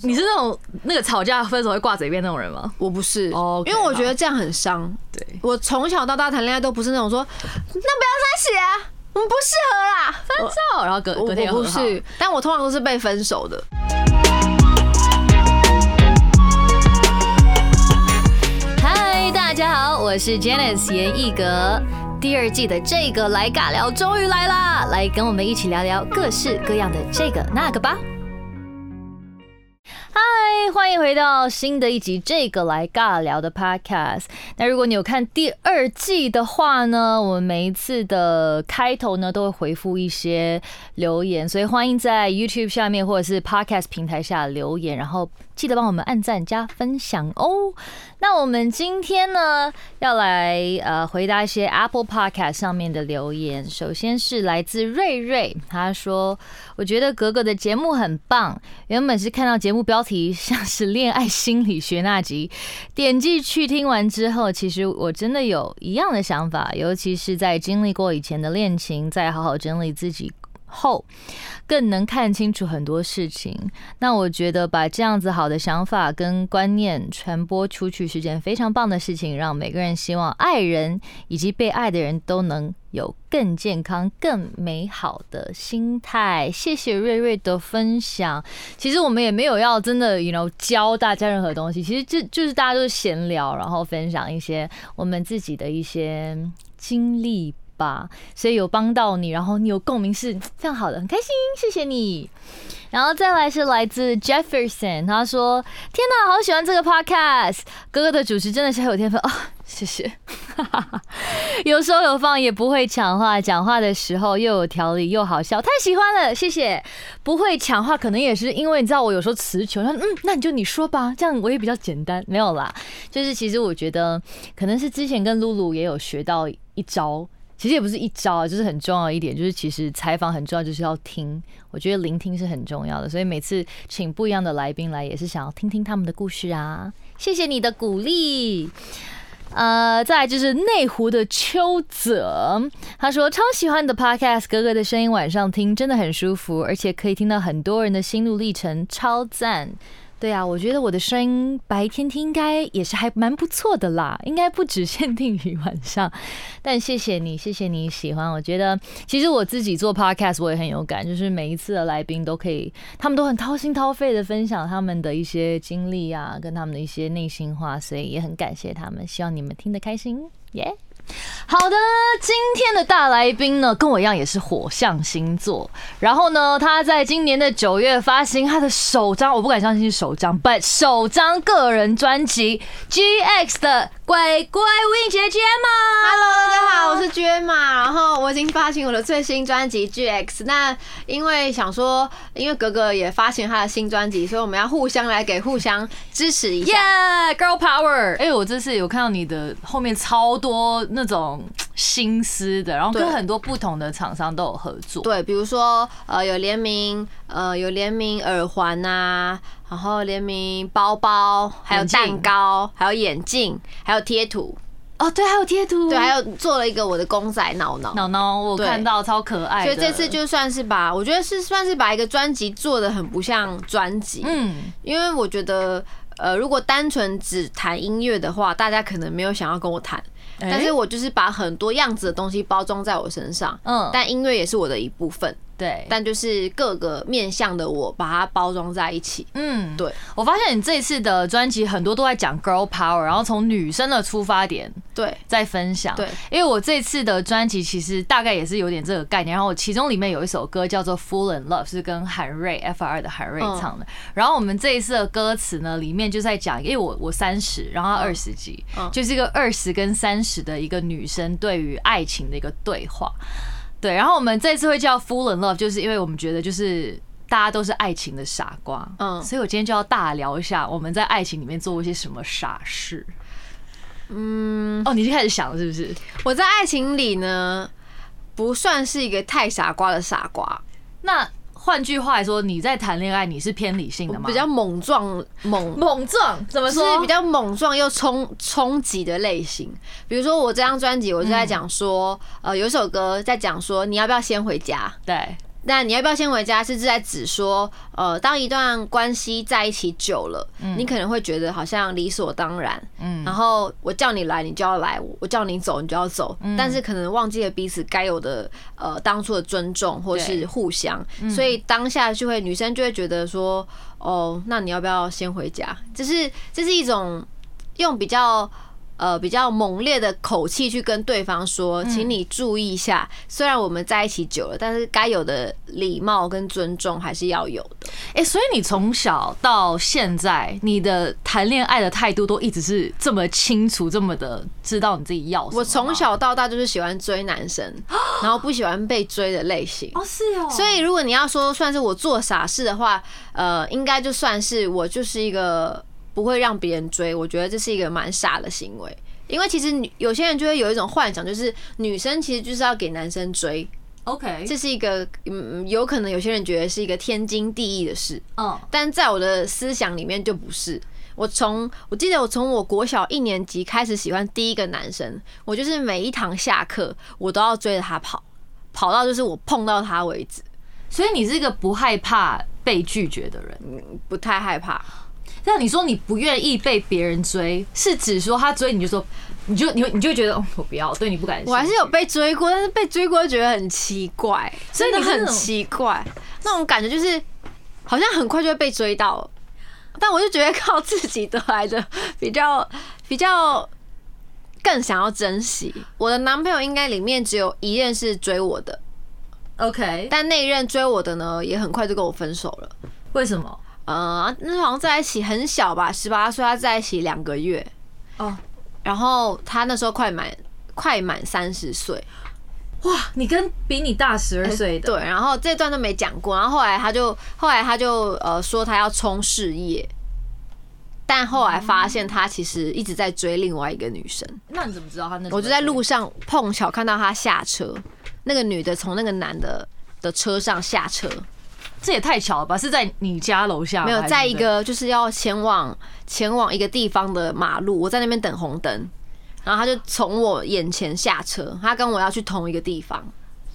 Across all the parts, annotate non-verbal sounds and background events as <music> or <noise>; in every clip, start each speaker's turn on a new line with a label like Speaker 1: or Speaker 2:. Speaker 1: 你是那种那个吵架分手会挂嘴边那种人吗？
Speaker 2: 我不是，
Speaker 1: 哦，OK，
Speaker 2: 因为我觉得这样很伤。
Speaker 1: 对，
Speaker 2: 我从小到大谈恋爱都不是那种说，那不要在一起啊，我们不适合啦。
Speaker 1: 分手，然后隔
Speaker 2: 我
Speaker 1: 隔天又
Speaker 2: 我不
Speaker 1: 和好
Speaker 2: 是，但我通常都是被分手的。
Speaker 3: 嗨，大家好，我是 Janice 严艺格。第二季的这个来尬聊终于来啦，来跟我们一起聊聊各式各样的这个那个吧。嗨，欢迎回到新的一集《这个来尬聊》的 Podcast。那如果你有看第二季的话呢，我们每一次的开头呢都会回复一些留言，所以欢迎在 YouTube 下面或者是 Podcast 平台下留言，然后记得帮我们按赞加分享哦。那我们今天呢，要来呃回答一些 Apple Podcast 上面的留言。首先是来自瑞瑞，他说：“我觉得格格的节目很棒，原本是看到节目标题像是恋爱心理学那集，点进去听完之后，其实我真的有一样的想法，尤其是在经历过以前的恋情，再好好整理自己后，更能看清楚很多事情。那我觉得把这样子好的想法跟观念传播出去是件非常棒的事情，让每个人希望爱人以及被爱的人都能有更健康、更美好的心态。谢谢瑞瑞的分享。其实我们也没有要真的，you know，教大家任何东西。其实这就是大家都是闲聊，然后分享一些我们自己的一些经历吧。所以有帮到你，然后你有共鸣是嗯非常好的，很开心，谢谢你。然后再来是来自 Jefferson，他说：“天哪，好喜欢这个 podcast，哥哥的主持真的是很有天分哦， <laughs> 谢谢。有收有放，也不会抢话，讲话的时候又有条理又好笑，太喜欢了，谢谢。不会抢话，可能也是因为你知道我有时候词穷，他说嗯，那你就你说吧，这样我也比较简单，没有啦。就是其实我觉得可能是之前跟露露也有学到一招。”其实也不是一招啊，就是很重要的一点，就是其实采访很重要，就是要听。我觉得聆听是很重要的，所以每次请不一样的来宾来，也是想要听听他们的故事啊。谢谢你的鼓励。呃，再来就是内湖的邱泽，他说超喜欢你的 podcast，哥哥的声音晚上听真的很舒服，而且可以听到很多人的心路历程，超赞。对啊，我觉得我的声音白天听应该也是还蛮不错的啦，应该不只限定于晚上。但谢谢你，谢谢你喜欢。我觉得其实我自己做 podcast 我也很有感，就是每一次的来宾都可以，他们都很掏心掏肺的分享他们的一些经历啊，跟他们的一些内心话，所以也很感谢他们。希望你们听得开心，耶、好的，今天的大来宾呢，跟我一样也是火象星座。然后呢，他在今年的九月发行他的首张，我不敢相信是首张，but 首张个人专辑 GX 的《鬼鬼 Win 姐姐》吗？
Speaker 2: Hello，大家啊好，我是娟嘛。然后我已经发行我的最新专辑 GX。那因为想说，因为格格也发行他的新专辑，所以我们要互相来给互相支持一下。
Speaker 1: Yeah，girl power！哎、我这次有看到你的后面超多那种心思的，然后跟
Speaker 2: 对
Speaker 1: 很多不同的厂商都有合作。
Speaker 2: 对，比如说呃有联名，呃有联名耳环呐，然后联名包包，还有
Speaker 1: 眼镜
Speaker 2: 蛋糕，还有眼镜，还有贴图，
Speaker 1: 哦，对，还有贴图，
Speaker 2: 对，还有做了一个我的公仔脑脑。
Speaker 1: 脑脑，我有
Speaker 2: 对
Speaker 1: 看到超可爱
Speaker 2: 所
Speaker 1: 的。
Speaker 2: 以这次就算是把，我觉得是算是把一个专辑做的很不像专辑，
Speaker 1: 嗯，
Speaker 2: 因为我觉得，呃，如果单纯只谈音乐的话，大家可能没有想要跟我谈，但是
Speaker 1: 哎
Speaker 2: 我就是把很多样子的东西包装在我身上，
Speaker 1: 嗯，
Speaker 2: 但音乐也是我的一部分，
Speaker 1: 对，
Speaker 2: 但就是各个面向的我把它包装在一起。
Speaker 1: 嗯，
Speaker 2: 对
Speaker 1: 我发现你这次的专辑很多都在讲 girl power，然后从女生的出发点
Speaker 2: 对
Speaker 1: 在分享。
Speaker 2: 对，
Speaker 1: 因为我这次的专辑其实大概也是有点这个概念，然后我其中里面有一首歌叫做《Full in Love》，是跟韩瑞 F R 的韩瑞
Speaker 2: 嗯
Speaker 1: 唱的。然后我们这一次的歌词呢，里面就在讲，因为我我三十，然后她二十几
Speaker 2: 嗯，
Speaker 1: 就是一个二十跟三十的一个女生对于爱情的一个对话。对，然后我们这次会叫 Full in Love，就是因为我们觉得就是。大家都是爱情的傻瓜，嗯，
Speaker 2: 嗯
Speaker 1: 所以我今天就要大聊一下我们在爱情里面做过些什么傻事。嗯，哦，你已经开始想了是不是？
Speaker 2: 我在爱情里呢，不算是一个太傻瓜的傻瓜，
Speaker 1: 那换句话来说，你在谈恋爱，你是偏理性的吗？
Speaker 2: 比较猛撞猛
Speaker 1: 猛撞，怎么
Speaker 2: 就是
Speaker 1: 说？
Speaker 2: 比较猛撞又冲冲击的类型。比如说
Speaker 1: 嗯
Speaker 2: 我这张专辑，我就在讲说，呃，有一首歌在讲说你要不要先回家，
Speaker 1: 对，
Speaker 2: 那你要不要先回家？是在指说，呃，当一段关系在一起久了，你可能会觉得好像理所当然，嗯，然后我叫你来，你就要来；我叫你走，你就要走。但是可能忘记了彼此该有的，呃，当初的尊重或是
Speaker 3: 对
Speaker 2: 互相，所以当下就会女生就会觉得说，哦，那你要不要先回家？这是这是一种用比较。呃，比较猛烈的口气去跟对方说，请你注意一下。虽然我们在一起久了，但是该有的礼貌跟尊重还是要有的。
Speaker 3: 哎、所以你从小到现在，你的谈恋爱的态度都一直是这么清楚，这么的知道你自己要什么吗。
Speaker 2: 我从小到大就是喜欢追男生，然后不喜欢被追的类型。
Speaker 3: 哦是哦，
Speaker 2: 所以如果你要说算是我做傻事的话，呃，应该就算是我就是一个不会让别人追，我觉得这是一个蛮傻的行为。因为其实女有些人就会有一种幻想，就是女生其实就是要给男生追，
Speaker 3: OK，
Speaker 2: 这是一个嗯，有可能有些人觉得是一个天经地义的事，
Speaker 3: 嗯
Speaker 2: 但在我的思想里面就不是。我从我记得我从我国小一年级开始喜欢第一个男生，我就是每一堂下课我都要追着他跑，跑到就是我碰到他为止，
Speaker 3: 所以你是一个不害怕被拒绝的人。
Speaker 2: 不太害怕。
Speaker 3: 那你说你不愿意被别人追，是指说他追你就说，你就你会你就会觉得哦，我不要，对你不感兴趣。
Speaker 2: 我还是有被追过，但是被追过觉得很奇怪，
Speaker 3: 所以
Speaker 2: 真的
Speaker 3: 你是那
Speaker 2: 很
Speaker 3: 种
Speaker 2: 奇怪，那种感觉就是好像很快就会被追到了，但我就觉得靠自己得来的比较比较更想要珍惜。我的男朋友应该里面只有一任是追我的，
Speaker 3: OK，但
Speaker 2: 但那一任追我的呢也很快就跟我分手了。
Speaker 3: 为什么？
Speaker 2: 呃，那时候好像在一起很小吧，十八岁，他在一起两个月，
Speaker 3: 哦，
Speaker 2: 然后他那时候快满快满三十岁。
Speaker 3: 啊你跟比你大十二 <laughs> 岁的，
Speaker 2: 对，然后这段都没讲过，然后后来他就后来他就呃说他要冲事业，但后来发现他其实一直在追另外一个女生，
Speaker 3: 那你怎么知道他那？
Speaker 2: 我就在路，上碰巧看到他下车，那个女的从那个男的。的车上下车，
Speaker 3: 这也太巧了吧？是在你家楼下吗？
Speaker 2: 没有
Speaker 3: 还是
Speaker 2: 在一个就是要前往前往一个地方的马路，我在那边等红灯，然后他就从我眼前下车，他跟我要去同一个地方，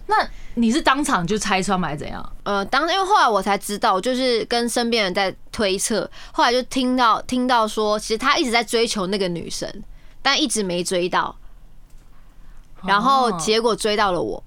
Speaker 3: 那你是当场就拆穿吗？还是怎样？
Speaker 2: 呃，当因为后来我才知道，就是跟身边人在推测，后来就听到听到说，其实他一直在追求那个女生，但一直没追到，然后
Speaker 3: 哦
Speaker 2: 结果追到了我，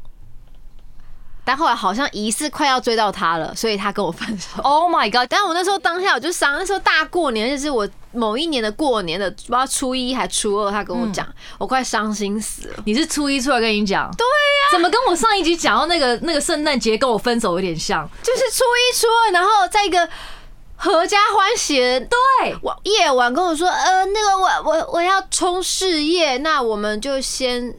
Speaker 2: 但后来好像疑似快要追到他了，所以他跟我分手。
Speaker 3: Oh my god！
Speaker 2: 但我那时候当下我就伤，那时候大过年，就是我某一年的过年的，不知道初一还初二，他跟我讲，我快伤心死了。
Speaker 3: 你是初一初二跟你讲，对
Speaker 2: 啊
Speaker 3: 呀、怎么跟我上一集讲到那个那个圣诞节跟我分手有点像？
Speaker 2: 就是初一、初二，然后在一个合家欢喜的
Speaker 3: 对，
Speaker 2: 我夜晚跟我说，呃，那个我我我要冲事业，那我们就先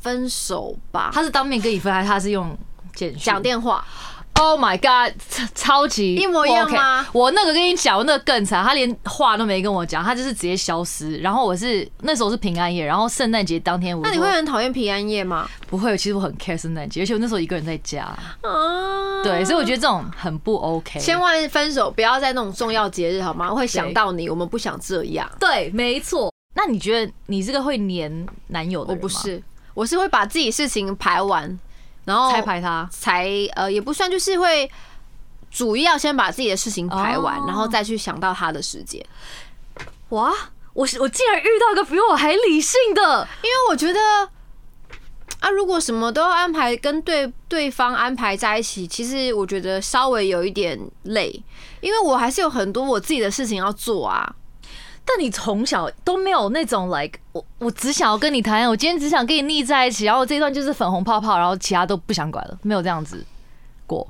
Speaker 2: 分手吧。
Speaker 3: 他是当面跟你分，还是他是用简讯
Speaker 2: 讲电话，
Speaker 3: Oh my god，超超级
Speaker 2: 一模一样
Speaker 3: 不 OK
Speaker 2: 吗
Speaker 3: 我那个跟你讲，我那个更惨，他连话都没跟我讲，他就是直接消失。然后我是那时候是平安夜，然后圣诞节当天我
Speaker 2: 那
Speaker 3: 就
Speaker 2: 你会很讨厌平安夜吗？
Speaker 3: 不会？其实我很 care 圣诞节，而且我那时候一个人在家，
Speaker 2: 啊，
Speaker 3: 对，所以我觉得这种很不 OK。
Speaker 2: 千万分手不要在那种重要节日好吗？会想到你，我们不想这样。
Speaker 3: 对，没错。那你觉得你这个会黏男友的
Speaker 2: 我
Speaker 3: 人吗
Speaker 2: 不是，我是会把自己事情排完，然后
Speaker 3: 猜排他？
Speaker 2: 才呃也不算，就是会主要先把自己的事情排完，
Speaker 3: 哦
Speaker 2: 然后再去想到他的时间。
Speaker 3: 哇，我是我竟然遇到一个比我还理性的，
Speaker 2: 因为我觉得啊，如果什么都要安排跟对对方安排在一起，其实我觉得稍微有一点累，因为我还是有很多我自己的事情要做啊。
Speaker 3: 但你从小都没有那种 like 我我只想要跟你谈恋爱，我今天只想跟你腻在一起，然后这一段就是粉红泡泡，然后其他都不想管了，没有这样子过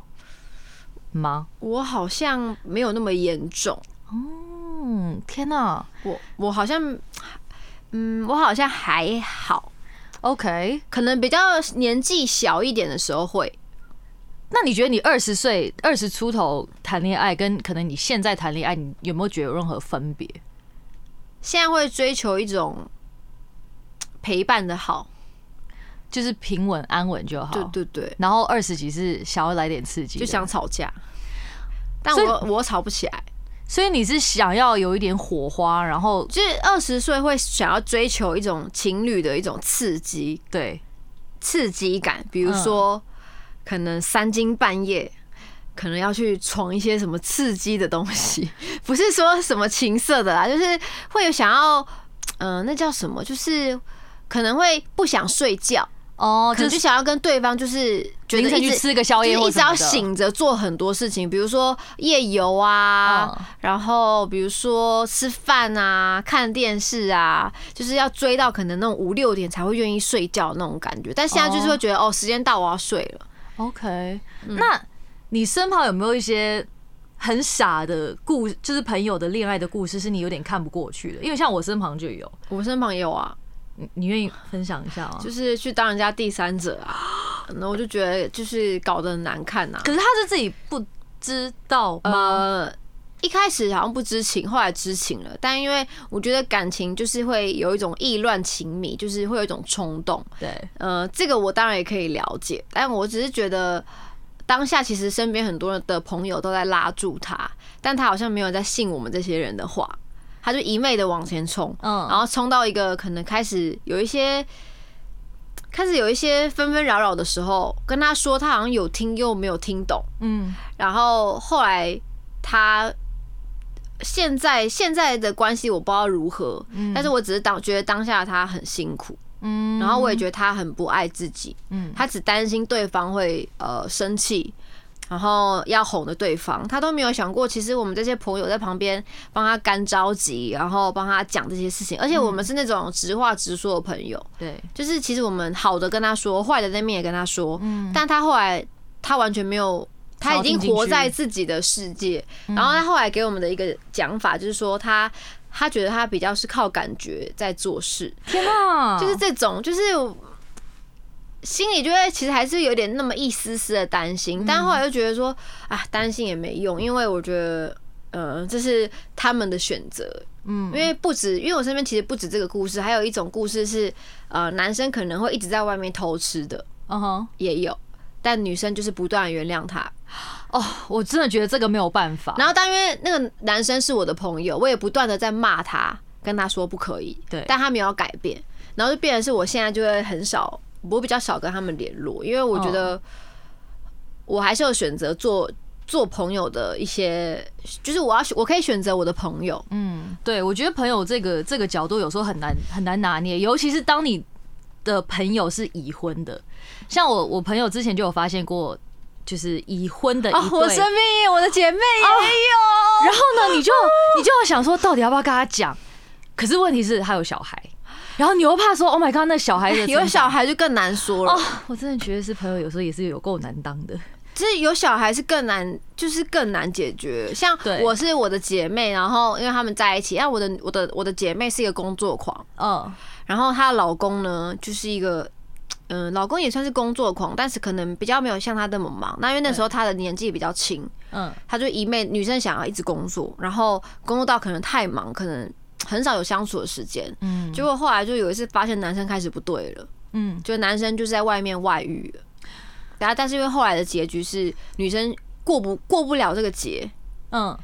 Speaker 3: 吗？
Speaker 2: 我好像没有那么严重，
Speaker 3: 嗯，天哪、
Speaker 2: 我我好像，嗯，我好像还好，
Speaker 3: o k
Speaker 2: 可能比较年纪小一点的时候会，
Speaker 3: 那你觉得你二十岁二十出头谈恋爱，跟可能你现在谈恋爱，你有没有觉得有任何分别？
Speaker 2: 现在会追求一种陪伴的好，
Speaker 3: 就是平稳安稳就好。
Speaker 2: 对。对对，
Speaker 3: 然后二十几是想要来点刺激的，
Speaker 2: 就想吵架，但
Speaker 3: 所以
Speaker 2: 我我吵不起来。
Speaker 3: 所以你是想要有一点火花，然后
Speaker 2: 就是二十岁会想要追求一种情侣的一种刺激
Speaker 3: 对
Speaker 2: 刺激感，比如说可能三更半夜，可能要去闯一些什么刺激的东西， <laughs> 不是说什么情色的啦，就是会有想要，嗯、那叫什么？就是可能会不想睡觉，
Speaker 3: 哦，
Speaker 2: 可
Speaker 3: 就
Speaker 2: 能就是想要跟对方就是觉
Speaker 3: 凌
Speaker 2: 得
Speaker 3: 晨
Speaker 2: 一
Speaker 3: 去
Speaker 2: 直
Speaker 3: 吃个宵夜
Speaker 2: 就是
Speaker 3: 或
Speaker 2: 一直
Speaker 3: 什么
Speaker 2: 要
Speaker 3: 的，
Speaker 2: 醒着做很多事情，比如说夜游啊，
Speaker 3: 嗯
Speaker 2: 然后比如说吃饭啊、看电视啊，就是要追到可能那种五六点才会愿意睡觉那种感觉。但现在就是会觉得哦时间到我要睡了。
Speaker 3: OK，、那你身旁有没有一些很傻的故，就是朋友的恋爱的故事，是你有点看不过去的？因为像我身旁就有，
Speaker 2: 我身旁也有啊，
Speaker 3: 你你愿意分享一下吗？
Speaker 2: 就是去当人家第三者啊，那我就觉得就是搞得很难看呐、啊
Speaker 3: 可是他是自己不知道吗？
Speaker 2: 呃，一开始好像不知情，后来知情了。但因为我觉得感情就是会有一种意乱情迷，就是会有一种冲动。
Speaker 3: 对，
Speaker 2: 呃，这个我当然也可以了解，但我只是觉得当下其实身边很多人的朋友都在拉住他，但他好像没有在信我们这些人的话，他就一昧的往前冲，
Speaker 3: 嗯
Speaker 2: 然后冲到一个可能开始有一些。开始有一些纷纷扰扰的时候，跟他说他好像有听又没有听懂，
Speaker 3: 嗯，
Speaker 2: 然后后来他现在现在的关系我不知道如何，但是我只是当觉得当下他很辛苦，
Speaker 3: 嗯，
Speaker 2: 然后我也觉得他很不爱自己，
Speaker 3: 嗯
Speaker 2: 他只担心对方会呃生气，然后要哄着对方，他都没有想过，其实我们这些朋友在旁边帮他干着急，然后帮他讲这些事情，而且我们是那种直话直说的朋友，
Speaker 3: 对，
Speaker 2: 就是其实我们好的跟他说，坏的那面也跟他说，
Speaker 3: 嗯
Speaker 2: 但他后来他完全没有，他已经
Speaker 3: 进去
Speaker 2: 活在自己的世界。然后他后来给我们的一个讲法就是说他，他觉得他比较是靠感觉在做事，
Speaker 3: 天啊，
Speaker 2: 就是这种，就是心里就会其实还是有点那么一丝丝的担心，但后来又觉得说啊，担心也没用，因为我觉得。呃，这是他们的选择，
Speaker 3: 嗯
Speaker 2: 因为不止，因为我身边其实不止这个故事，还有一种故事是，呃，男生可能会一直在外面偷吃的，
Speaker 3: 嗯哼，
Speaker 2: 也有，但女生就是不断地原谅他。
Speaker 3: 哦，我真的觉得这个没有办法。
Speaker 2: 然后，但因为那个男生是我的朋友，我也不断的在骂他，跟他说不可以，
Speaker 3: 对
Speaker 2: 但他没有改变，然后就变成是我现在就会很少，我比较少跟他们联络，因为我觉得我还是有选择做做朋友的一些，就是我要我可以选择我的朋友，
Speaker 3: 嗯，对，我觉得朋友这个这个角度有时候很难很难拿捏，尤其是当你的朋友是已婚的，像我我朋友之前就有发现过，就是已婚的一对，
Speaker 2: 边也哦有我的姐妹 <laughs> 也
Speaker 3: 然后呢，你就你就要想说，到底要不要跟他讲？可是问题是他有小孩，然后你又怕说，Oh my god，那小 <laughs> 孩的
Speaker 2: 有，有
Speaker 3: 成
Speaker 2: 小
Speaker 3: 长
Speaker 2: 孩就更难说了，
Speaker 3: 哦，我真的觉得是朋友有时候也是有够难当的，
Speaker 2: 就是有小孩是更难，就是更难解决。像
Speaker 3: 对
Speaker 2: 我是我的姐妹，然后因为她们在一起，然后我的我的我的姐妹是一个工作狂，
Speaker 3: 嗯
Speaker 2: 然后她的老公呢就是一个，嗯、老公也算是工作狂，但是可能比较没有像她那么忙。那因为那时候她的年纪比较轻，
Speaker 3: 嗯
Speaker 2: 她就一昧女生想要一直工作，然后工作到可能太忙，可能很少有相处的时间。
Speaker 3: 嗯
Speaker 2: 结果后来就有一次发现男生开始不对了。
Speaker 3: 嗯，
Speaker 2: 就男生就是在外面外遇了，然后但是因为后来的结局是女生过不过不了这个节，
Speaker 3: 嗯，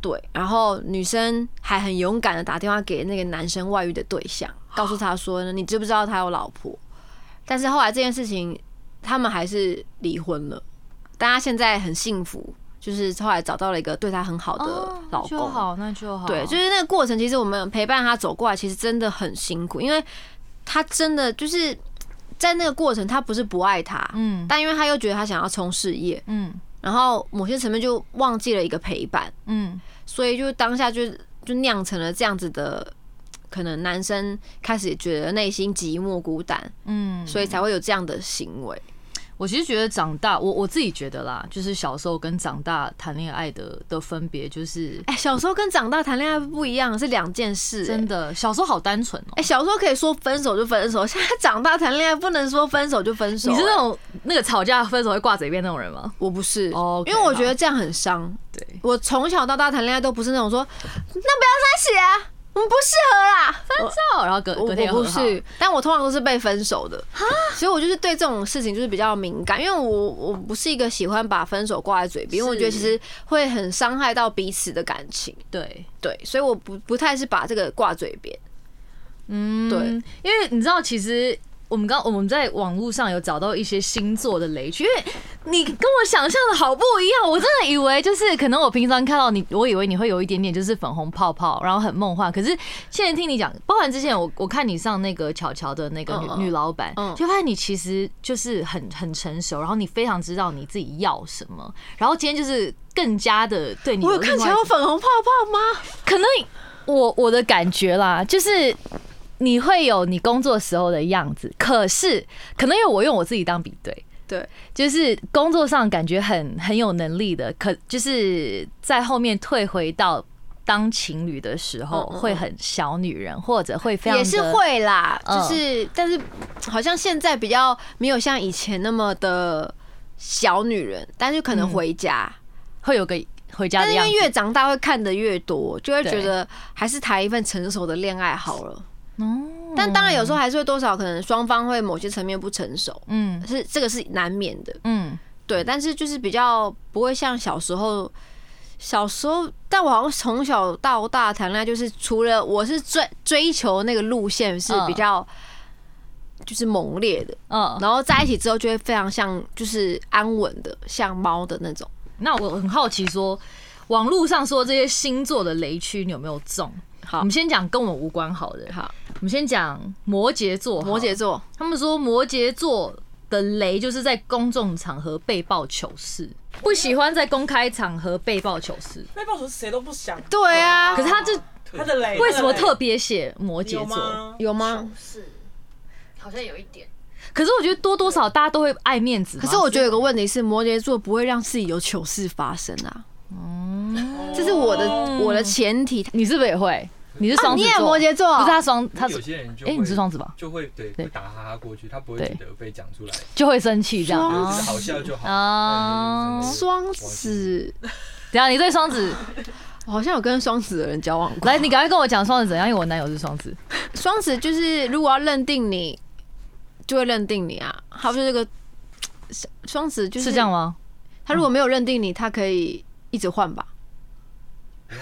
Speaker 2: 对，然后女生还很勇敢的打电话给那个男生外遇的对象，告诉他说呢，你知不知道他有老婆？但是后来这件事情他们还是离婚了，但他现在很幸福，就是后来找到了一个对他很好的
Speaker 3: 哦那
Speaker 2: 老公，
Speaker 3: 就好，那就好，
Speaker 2: 对，就是那个过程，其实我们陪伴他走过来，其实真的很辛苦，因为他真的就是在那个过程，他不是不爱他，
Speaker 3: 嗯
Speaker 2: 但因为他又觉得他想要冲事业，
Speaker 3: 嗯
Speaker 2: 然后某些层面就忘记了一个陪伴，
Speaker 3: 嗯
Speaker 2: 所以就当下就就酿成了这样子的。可能男生开始觉得内心寂寞孤单，
Speaker 3: 嗯，
Speaker 2: 所以才会有这样的行为。
Speaker 3: 我其实觉得长大，我我自己觉得啦，就是小时候跟长大谈恋爱的的分别，就是
Speaker 2: 哎、小时候跟长大谈恋爱不一样，是两件事、哎
Speaker 3: 真的小时候好单纯哦、
Speaker 2: 哎、小时候可以说分手就分手，现在长大谈恋爱不能说分手就分手、
Speaker 3: 你是
Speaker 2: 哎
Speaker 3: 那种那个吵架分手会挂嘴边那种人吗？
Speaker 2: 我不是
Speaker 3: 哦，OK，
Speaker 2: 因为我觉得这样很伤。
Speaker 3: 对，
Speaker 2: 我从小到大谈恋爱都不是那种说，那不要在一起啊，我们不适合啦。
Speaker 3: 然后隔
Speaker 2: 我
Speaker 3: 隔天
Speaker 2: 我
Speaker 3: 又
Speaker 2: 不
Speaker 3: 和好，
Speaker 2: 是，但我通常都是被分手的，所以我就是对这种事情就是比较敏感，因为我我不是一个喜欢把分手挂在嘴边，因为我觉得
Speaker 3: 是
Speaker 2: 其实会很伤害到彼此的感情，
Speaker 3: 对，
Speaker 2: 对，所以我不不太是把这个挂嘴边，
Speaker 3: 嗯
Speaker 2: 对，
Speaker 3: 因为你知道，其实。我们刚我们在网络上有找到一些星座的雷区，因为你跟我想象的好不一样。我真的以为就是可能我平常看到你，我以为你会有一点点就是粉红泡泡，然后很梦幻。可是现在听你讲，包含之前我我看你上那个巧巧的那个
Speaker 2: 嗯嗯
Speaker 3: 女女老板，
Speaker 2: 嗯
Speaker 3: 就发现你其实就是很很成熟，然后你非常知道你自己要什么。然后今天就是更加的对你
Speaker 2: 我有
Speaker 3: 另
Speaker 2: 看起
Speaker 3: 外
Speaker 2: 来
Speaker 3: 一
Speaker 2: 有
Speaker 3: 种
Speaker 2: 粉红泡泡吗？
Speaker 4: 可能我我的感觉啦，就是你会有你工作时候的样子，可是可能因为我用我自己当比对，
Speaker 2: 对，
Speaker 4: 就是工作上感觉很很有能力的，可就是在后面退回到。当情侣的时候
Speaker 2: 嗯嗯嗯
Speaker 4: 会很小女人，或者会非常
Speaker 2: 也
Speaker 4: 地
Speaker 2: 是会啦，
Speaker 4: 嗯
Speaker 2: 就是但是好像现在比较没有像以前那么的小女人，但是可能回家，
Speaker 4: 会有个回家的
Speaker 2: 但是因
Speaker 4: 样嗯
Speaker 2: 为
Speaker 4: 子。
Speaker 2: 越长大会看的越多，就会觉
Speaker 4: 对
Speaker 2: 得还是谈一份成熟的恋爱好了。
Speaker 3: 哦，
Speaker 2: 但当然有时候还是会多少可能双方会某些层面不成熟，
Speaker 3: 嗯
Speaker 2: 是这个是难免的。
Speaker 3: 嗯，
Speaker 2: 对，但是就是比较不会像小时候，小时候，但我好像从小到大谈恋爱，就是除了我是追追求那个路线是比
Speaker 4: 嗯
Speaker 2: 较就是猛烈的，
Speaker 4: 嗯，
Speaker 2: 然后在一起之后就会非常像就是安稳的，像猫的那种。
Speaker 3: 那我很好奇说，网络上说这些星座的雷区你有没有中？
Speaker 2: 好
Speaker 3: 我们先讲跟我无关好的，
Speaker 2: 好，
Speaker 3: 我们先讲摩羯座。
Speaker 4: 哦
Speaker 2: 摩羯，座，
Speaker 3: 他们说摩羯座的雷就是在公众场合被爆糗事，不喜欢在公开场合被爆糗事。
Speaker 5: 被爆头谁都不想。
Speaker 2: 对啊
Speaker 3: 可是他这
Speaker 5: 他的雷
Speaker 3: 为什么特别写摩羯
Speaker 5: 有
Speaker 3: 座？
Speaker 5: 吗？
Speaker 2: 有吗？
Speaker 3: 好像有一点。可是我觉得多多少大家都会爱面子嘛。
Speaker 2: 可是我觉得有个问题是，摩羯座不会让自己有糗事发生啊。这是我的我的前提。啊
Speaker 4: 你嗯是不是也会？你是双
Speaker 2: 你
Speaker 4: 子座、
Speaker 2: 也摩羯座
Speaker 4: 不是
Speaker 3: 啊
Speaker 4: 他双，
Speaker 6: 因
Speaker 4: 他
Speaker 6: 为有
Speaker 4: 是
Speaker 6: 些人就
Speaker 4: 哎、
Speaker 6: 会
Speaker 4: 你是双子吧？
Speaker 6: 就会对
Speaker 4: 对
Speaker 6: 会打哈哈过去，他不会
Speaker 4: 对
Speaker 6: 觉得被讲出来，
Speaker 4: 就会生气这样。
Speaker 6: 觉得
Speaker 4: 啊
Speaker 6: 只是好笑就好。
Speaker 4: 啊
Speaker 6: 但是就是真
Speaker 2: 双
Speaker 6: 的
Speaker 2: 子，
Speaker 4: 等一下你对双子，
Speaker 2: 我好像有跟双子的人交往
Speaker 3: <laughs>
Speaker 2: 过。
Speaker 4: 来，你赶快跟我讲双子怎样，因为我男友是双子。
Speaker 2: 双子就是如果要认定你，就会认定你啊。他不是这个双子就是
Speaker 4: 是这样？吗？
Speaker 2: 他如果没有认定你，他可以一直换吧。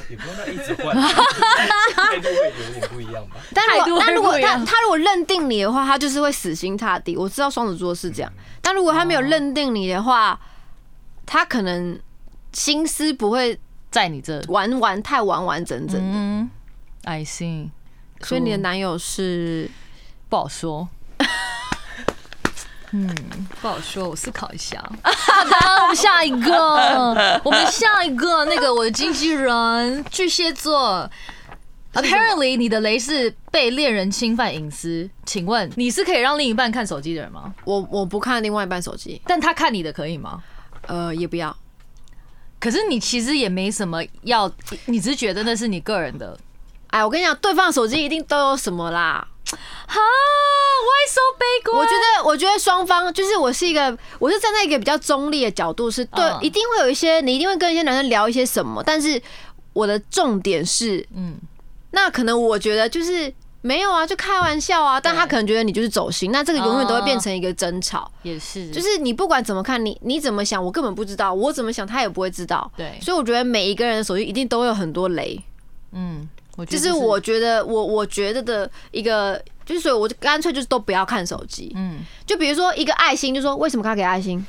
Speaker 6: 也不用到一直换， <laughs> 态度会有点不一样吧。
Speaker 2: 但
Speaker 4: 嗯态
Speaker 2: 如
Speaker 4: 度
Speaker 2: 果
Speaker 4: 会
Speaker 2: 但如果
Speaker 4: 不一样
Speaker 2: 他他如果认定你的话，他就是会死心塌地。我知道双子座是这样，
Speaker 4: 嗯
Speaker 2: 但如果他没有认定你的话，他可能心思不会
Speaker 4: 在你这，
Speaker 2: 完完太完完整整的。
Speaker 4: 嗯，I see，
Speaker 2: 所以你的男友是
Speaker 4: 不好
Speaker 3: <laughs>
Speaker 4: 说。嗯，不好说，我思考一下。
Speaker 3: <laughs> 好，我们下一个，我们下一个那个我的经纪人巨蟹座。Apparently，你的雷是被恋人侵犯隐私，请问你是可以让另一半看手机的人吗？
Speaker 2: 我我不看另外一半手机，
Speaker 3: 但他看你的可以吗？
Speaker 2: 呃，也不要。
Speaker 3: 可是你其实也没什么要，你只是觉得那是你个人的。
Speaker 2: 哎，我跟你讲，对方的手机一定都有什么啦。
Speaker 3: 哈，Why so 悲观？
Speaker 2: 我觉得，我觉得双方就是我是一个，我是站在一个比较中立的角度，是对
Speaker 3: 嗯，
Speaker 2: 一定会有一些，你一定会跟一些男生聊一些什么，但是我的重点是，嗯
Speaker 3: 嗯，
Speaker 2: 那可能我觉得就是没有啊，就开玩笑啊，但他可能觉得你就是走心，那这个永远都会
Speaker 3: 嗯
Speaker 2: 变成一个争吵，
Speaker 3: 也是，
Speaker 2: 就是是你不管怎么看，你你怎么想，我根本不知道，我怎么想他也不会知道，
Speaker 3: 对
Speaker 2: 所以我觉得每一个人的手机一定都会有很多雷，
Speaker 3: 嗯，我觉得
Speaker 2: 这是我觉得我我觉得的一个，就是所以我就干脆就是都不要看手机。
Speaker 3: 嗯，
Speaker 2: 就比如说一个爱心，就说为什么他给爱
Speaker 3: <laughs>
Speaker 2: 心？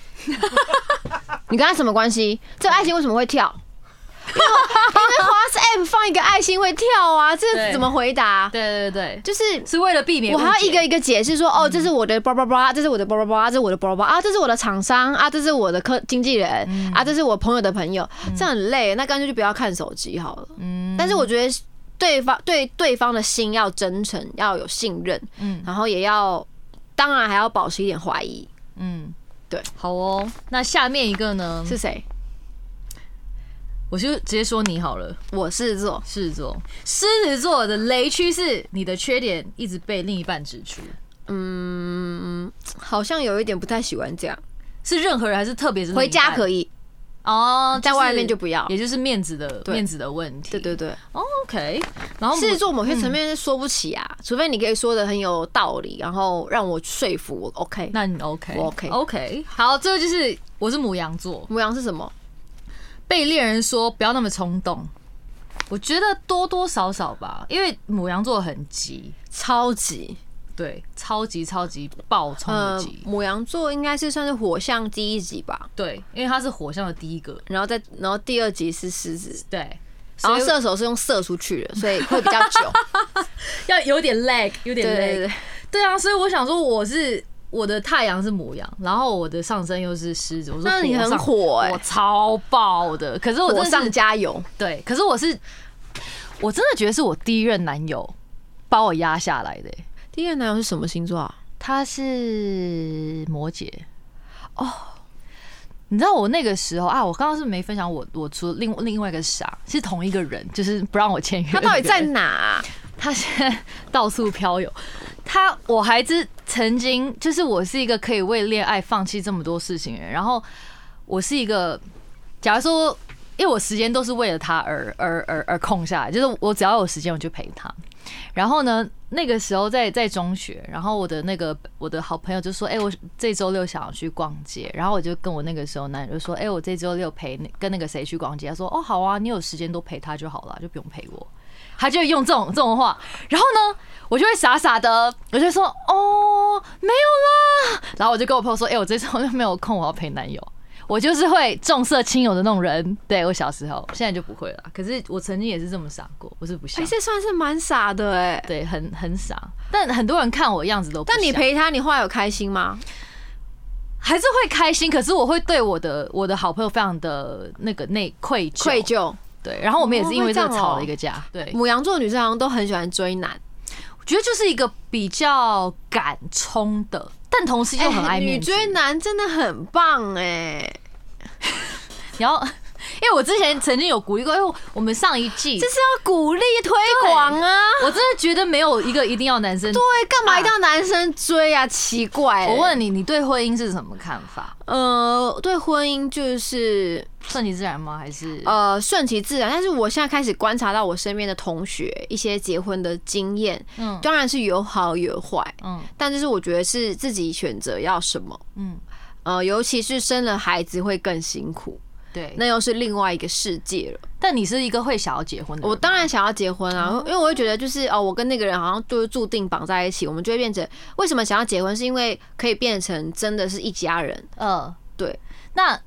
Speaker 2: 你跟他什么关系？这个爱心为什么会跳？因为我因为华 app 放一个爱心会跳啊，这个
Speaker 3: 对
Speaker 2: 怎么回答？
Speaker 3: 对对对，
Speaker 2: 就是
Speaker 3: 是为了避免
Speaker 2: 我还
Speaker 3: 误
Speaker 2: 要
Speaker 3: 解
Speaker 2: 一个一个解释说，
Speaker 3: 嗯
Speaker 2: 哦，这是我的叭叭叭，这是我的叭叭叭，这是我的叭叭叭啊，这是我的厂商啊，这是我的客经纪
Speaker 3: 嗯
Speaker 2: 人啊，这是我朋友的朋友，这样很累，那干脆就不要看手机好了。
Speaker 3: 嗯
Speaker 2: 但是我觉得对方对对方的心要真诚，要有信任，
Speaker 3: 嗯
Speaker 2: 然后也要当然还要保持一点怀疑。
Speaker 3: 嗯，
Speaker 2: 对，
Speaker 3: 好哦。那下面一个呢？
Speaker 2: 是谁？
Speaker 3: 我就直接说你好了，
Speaker 2: 我是做
Speaker 3: 狮子座。狮子座的雷区是你的缺点一直被另一半指出，
Speaker 2: 嗯好像有一点不太喜欢这样，
Speaker 3: 是任何人还是特别是
Speaker 2: 回家可
Speaker 3: 以
Speaker 2: 以，
Speaker 3: 哦，
Speaker 2: 在
Speaker 3: 是
Speaker 2: 外面就不要。
Speaker 3: 也就是面子的
Speaker 2: 对
Speaker 3: 面子的问题。
Speaker 2: 对对对，
Speaker 3: 哦，OK。然后
Speaker 2: 狮子座某些层面是说不起啊，除非你可以说的很有道理，然后让我说服我 OK。
Speaker 3: 那你 OK，
Speaker 2: 我 OK
Speaker 3: OK。好，这个就是我是母羊座，
Speaker 2: 母羊是什么？
Speaker 3: 被恋人说不要那么冲动。我觉得多多少少吧，因为母羊座很急，
Speaker 2: 超级
Speaker 3: 对，超级超级爆冲
Speaker 2: 呃
Speaker 3: 击，，
Speaker 2: 母羊座应该是算是火象第一集吧，
Speaker 3: 对，因为他是火象的第一个，
Speaker 2: 然后再然后第二集是狮子，
Speaker 3: 对，
Speaker 2: 然
Speaker 3: 所
Speaker 2: 后
Speaker 3: 以
Speaker 2: 射手是用射出去 <laughs> 的，所以会比较久。
Speaker 3: 要有点 lag，有
Speaker 2: 对
Speaker 3: 点 lag，
Speaker 2: 对对，
Speaker 3: 对啊，所以我想说我是。我的太阳是母羊，然后我的上升又是狮子，我说
Speaker 2: 那你
Speaker 3: 火
Speaker 2: 很
Speaker 3: 上
Speaker 2: 火哎
Speaker 3: 我，超爆的。可是我
Speaker 2: 火
Speaker 3: 真的
Speaker 2: 上
Speaker 3: 是
Speaker 2: 加油。
Speaker 3: 对，可是我是，我真的觉得是我第一任男友把我压下来的欸、
Speaker 2: 第一个男友是什么星座啊？
Speaker 3: 他是摩羯哦。你知道我那个时候啊，我刚刚是没分享我我除了另另外一个傻是同一个人，就是不让我签约。
Speaker 2: 他到底在？哪 <laughs> 啊？
Speaker 3: <laughs> 他现在到处飘游。他我还是曾经，就是我是一个可以为恋爱放弃这么多事情的人，然后我是一个，假如说，因为我时间都是为了他而而而而空下来，就是我只要有时间我就陪他。然后呢，那个时候在在中学，然后我的那个我的好朋友就说：“哎、我这周六想要去逛街。”然后我就跟我那个时候男友就说：“哎、我这周六陪那跟那个谁去逛街。”他说：“哦，好啊，你有时间都陪他就好了，就不用陪我。”他就用这种这种话，然后呢，我就会傻傻的，我就说：“哦，没有啦。”然后我就跟我朋友说：“哎、我这周六没有空，我要陪男友。”我就是会重色轻友的那种人，对我小时候，现在就不会了。可是我曾经也是这么傻过，我是不
Speaker 2: 哎、
Speaker 3: 想。
Speaker 2: 这算是蛮傻的哎、
Speaker 3: 对，很很傻，但很多人看我样子都不
Speaker 2: 但你
Speaker 3: 像
Speaker 2: 陪他，你后来有开心吗？
Speaker 3: 还是会开心，可是我会对我的我的好朋友非常的那个内愧疚，
Speaker 2: 愧疚。
Speaker 3: 对。然后我们也是因为这
Speaker 2: 哦会
Speaker 3: 个
Speaker 2: 这样哦
Speaker 3: 吵了一个架，对。
Speaker 2: 母羊座女生好像都很喜欢追男，
Speaker 3: 我觉得就是一个比较敢冲的，但同时又很爱
Speaker 2: 哎
Speaker 3: 面
Speaker 2: 女
Speaker 3: 子。
Speaker 2: 追男真的很棒哎、
Speaker 3: 然后，因为我之前曾经有鼓励过，因为我们上一季
Speaker 2: 这，是要鼓励推广啊！
Speaker 3: 我真的觉得没有一个一定要男生。
Speaker 2: 对，干嘛一定要男生追啊？奇怪、
Speaker 3: 我，问你，你对婚姻是什么看法？
Speaker 2: 呃，对婚姻就是
Speaker 3: 顺其自然吗？还是
Speaker 2: 呃顺其自然，但是我现在开始观察到我身边的同学一些结婚的经验，
Speaker 3: 嗯
Speaker 2: 当然是有好有坏，
Speaker 3: 嗯
Speaker 2: 但就是我觉得是自己选择要什么，
Speaker 3: 嗯，
Speaker 2: 呃，尤其是生了孩子会更辛苦，
Speaker 3: 对。
Speaker 2: 那又是另外一个世界了。
Speaker 3: 但你是一个会想要结婚的人吗，
Speaker 2: 我当然想要结婚啊，
Speaker 3: 嗯
Speaker 2: 因为我会觉得就是哦，我跟那个人好像就是注定绑在一起，我们就会变成为什么想要结婚，是因为可以变成真的是一家人。
Speaker 3: 呃，
Speaker 2: 对。
Speaker 3: 那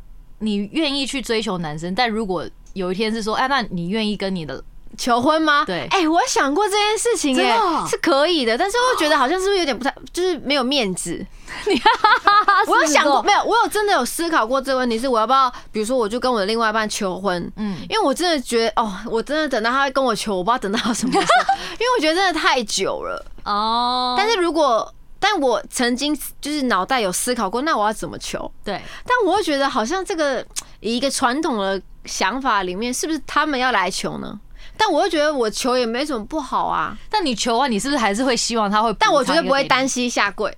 Speaker 3: 你愿意去追求男生，但如果有一天是说，哎、那你愿意跟你的
Speaker 2: 求婚吗？
Speaker 3: 对
Speaker 2: 哎、我想过这件事情、
Speaker 3: 真
Speaker 2: 耶，
Speaker 3: 的哦
Speaker 2: 是可以的，但是我觉得好像是不是有点不太，就是没有面子。
Speaker 3: <laughs>
Speaker 2: 我有想
Speaker 3: 哦
Speaker 2: 过，没有，我有真的有思考过这个问题，是我要不要，比如说我就跟我的另外一半求婚，
Speaker 3: 嗯
Speaker 2: 嗯，因为我真的觉得，哦，我真的等到他跟我求，我不知道等到什么
Speaker 3: <laughs>
Speaker 2: 时候，因为我觉得真的太久了。
Speaker 3: 哦
Speaker 2: 但是如果，但我曾经就是脑袋有思考过，那我要怎么求？
Speaker 3: 对
Speaker 2: 但我会觉得好像这个以一个传统的想法里面，是不是他们要来求呢？但我又觉得我求也没什么不好啊，
Speaker 3: 但你求完，你是不是还是会希望他会？
Speaker 2: 但我绝对不会单。膝下跪。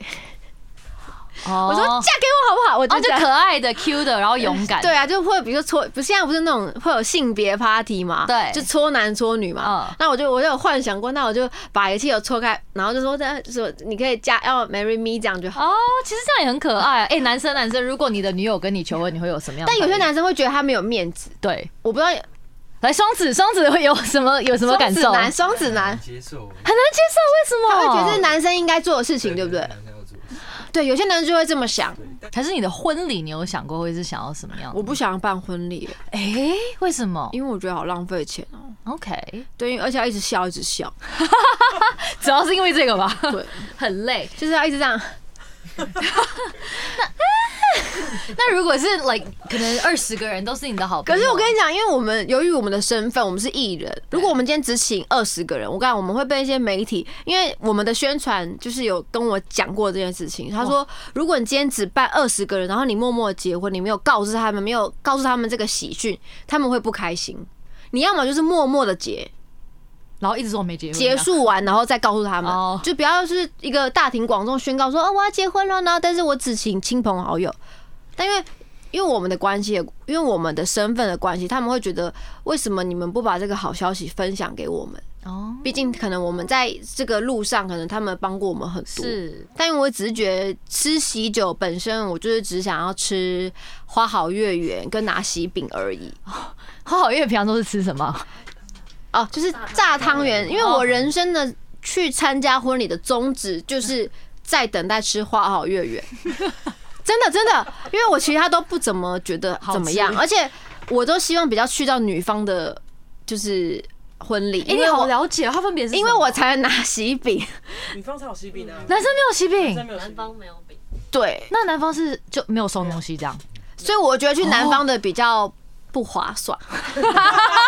Speaker 3: 哦
Speaker 2: 我说嫁给我好不好？我
Speaker 3: 哦，就
Speaker 2: 这样
Speaker 3: 可爱的、Q 的，然后勇敢。
Speaker 2: 对，啊，就会比如说搓，不是现在不是那种会有性别 party 嘛？
Speaker 3: 对
Speaker 2: 就搓男搓女嘛。
Speaker 3: 嗯
Speaker 2: 那我就我就有幻想过，那我就把一切有搓开，然后就说那说你可以嫁要 marry me 这样就好。
Speaker 3: 哦，其实这样也很可爱啊。哎，男生男生，如果你的女友跟你求婚，你会有什么样的
Speaker 2: 但
Speaker 3: 反应？
Speaker 2: 有些男生会觉得他没有面子，
Speaker 3: 对，
Speaker 2: 我不知道
Speaker 3: 来双子，双子会有什么有什么感受？
Speaker 2: 双子
Speaker 3: 很难
Speaker 2: 男，
Speaker 3: 接
Speaker 2: 双子男，
Speaker 6: 接受，啊
Speaker 3: 受，为什
Speaker 2: 他
Speaker 3: 么？
Speaker 2: 会觉得这是男生应该做的事情，对哦不对？
Speaker 6: 男生要做，
Speaker 2: 对，有些男生就会这么想。
Speaker 6: 对，但
Speaker 3: 还是你的婚礼，你有想过会是想要什么样的？
Speaker 2: 我不想办婚礼，啊
Speaker 3: 哎、为什么
Speaker 2: 因为我觉得好浪费钱哦、
Speaker 3: ？OK，
Speaker 2: 对，因为而且要一直笑，一直笑，
Speaker 3: <laughs> 主要是因为这个吧，
Speaker 2: 对，
Speaker 3: 很累。
Speaker 2: 就是要一直这样。
Speaker 3: 那如果是 like 可能二十个人都是你的好朋
Speaker 2: 可
Speaker 3: 友，
Speaker 2: 是我跟你讲，因为我们由于我们的身份，我们是艺人，如果我们今天只请二十个人，我跟你讲，我们会被一些媒体，因为我们的宣传就是有跟我讲过这件事情。他说，如果你今天只办二十个人，然后你默默地结婚，你没有告知他们，没有告诉他们这个喜讯，他们会不开心。你要么就是默默的结，
Speaker 3: 然后一直说我没结婚，
Speaker 2: 结束完，然后再告诉他
Speaker 3: 哦
Speaker 2: 们，就不要是一个大庭广众宣告说，哦，我要结婚了，然后但是我只请亲朋好友。但因为因为我们的关系，因为我们的身份的关系，他们会觉得为什么你们不把这个好消息分享给我们？
Speaker 3: 哦，
Speaker 2: 毕竟可能我们在这个路上，可能他们帮过我们很多。
Speaker 3: 是
Speaker 2: 但我只是觉得吃喜酒本身，我就是只想要吃花好月圆跟拿喜饼而已。
Speaker 3: 好好月平常都是吃什么？哦
Speaker 2: 哦，就是炸汤圆，因为我人生的去参加婚礼的宗旨就是在等待吃花好月圆， <laughs> 真的真的，因为我其他都不怎么觉得怎么样，而且我都希望比较去到女方的，就是婚礼，
Speaker 3: 哎，
Speaker 2: 因
Speaker 3: 你
Speaker 2: 为
Speaker 3: 好
Speaker 2: 我
Speaker 3: 了解，它分别是什么
Speaker 2: 因为我才能拿喜饼，
Speaker 5: 女方才有喜饼啊，
Speaker 3: 男生没有喜
Speaker 5: 男生
Speaker 3: 饼，
Speaker 5: 没有喜
Speaker 7: 南
Speaker 5: 饼
Speaker 7: 方没有饼，
Speaker 2: 对，
Speaker 3: 那男方是就没有送东西这样。
Speaker 2: 所以我觉得去南方的比较不划算。 <laughs>